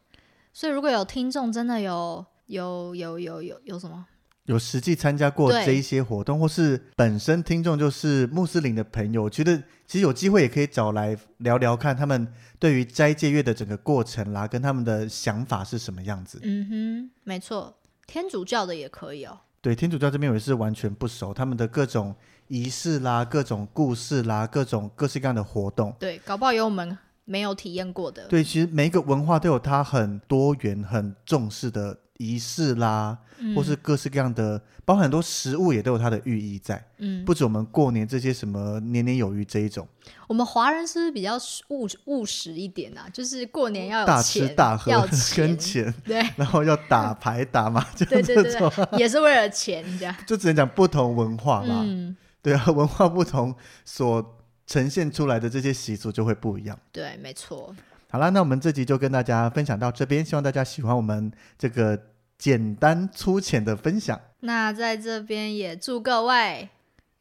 Speaker 1: 所以如果有听众真的有有有有有有什么，
Speaker 2: 有实际参加过
Speaker 1: 对
Speaker 2: 这一些活动，或是本身听众就是穆斯林的朋友，我觉得其实有机会也可以找来聊聊看，他们对于斋戒月的整个过程啦，跟他们的想法是什么样子。
Speaker 1: 嗯哼，没错，天主教的也可以哦。
Speaker 2: 对天主教这边我也是完全不熟，他们的各种仪式啦、各种故事啦、各种各式各样的活动，
Speaker 1: 对，搞不好有我们没有体验过的。
Speaker 2: 对，其实每一个文化都有它很多元、很重视的仪式啦，
Speaker 1: 嗯
Speaker 2: 或是各式各样的，包含很多食物也都有它的寓意在，
Speaker 1: 嗯，
Speaker 2: 不止我们过年这些什么年年有余这一种，
Speaker 1: 我们华人是不是比较务务实一点啊？就是过年要有
Speaker 2: 大
Speaker 1: 钱
Speaker 2: 吃大
Speaker 1: 要
Speaker 2: 喝
Speaker 1: 钱
Speaker 2: 跟，钱，
Speaker 1: 对
Speaker 2: 然后要打牌打麻将
Speaker 1: 对
Speaker 2: 这
Speaker 1: 对
Speaker 2: 种，
Speaker 1: 对对，也是为了钱这
Speaker 2: *laughs*
Speaker 1: 样。
Speaker 2: 就只能讲不同文化啦，
Speaker 1: 嗯，
Speaker 2: 对啊，文化不同所呈现出来的这些习俗就会不一样。
Speaker 1: 对，没错。
Speaker 2: 好啦，那我们这集就跟大家分享到这边，希望大家喜欢我们这个简单粗浅的分享。
Speaker 1: 那在这边也祝各位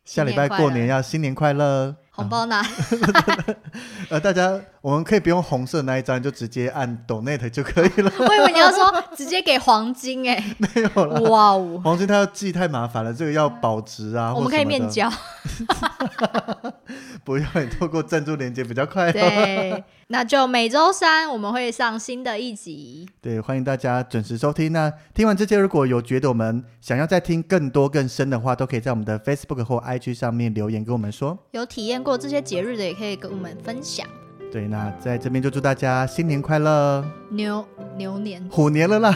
Speaker 2: 下礼拜
Speaker 1: 新快乐
Speaker 2: 过年要嗯新年快乐，
Speaker 1: 红包拿， *laughs*
Speaker 2: 呃，大家我们可以不用红色那一张，就直接按 donate 就可以
Speaker 1: *laughs*
Speaker 2: 了。
Speaker 1: 我以为你要说直接给黄金
Speaker 2: *laughs*
Speaker 1: 哎、
Speaker 2: 没有啦，
Speaker 1: 哇哦，
Speaker 2: 黄金它要寄太麻烦了，这个要保值啊，
Speaker 1: 我
Speaker 2: 或
Speaker 1: 们
Speaker 2: 什
Speaker 1: 可以
Speaker 2: 么 *laughs*
Speaker 1: 面
Speaker 2: 的，
Speaker 1: 交，
Speaker 2: 不要你透过赞助链接比较快。
Speaker 1: 对，那就每周三我们会上新的一集。
Speaker 2: 对，欢迎大家准时收听。那听完这些，如果有觉得我们想要再听更多更深的话，都可以在我们的 Facebook 或 IG 上面留言跟我们说。
Speaker 1: 有体验过这些节日的，也可以跟我们分享。
Speaker 2: 对，那在这边就祝大家新年快乐，，
Speaker 1: 牛牛年
Speaker 2: 虎年了啦！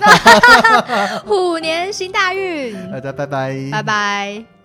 Speaker 1: 虎年行大运，
Speaker 2: 呃大家拜拜，
Speaker 1: 拜拜。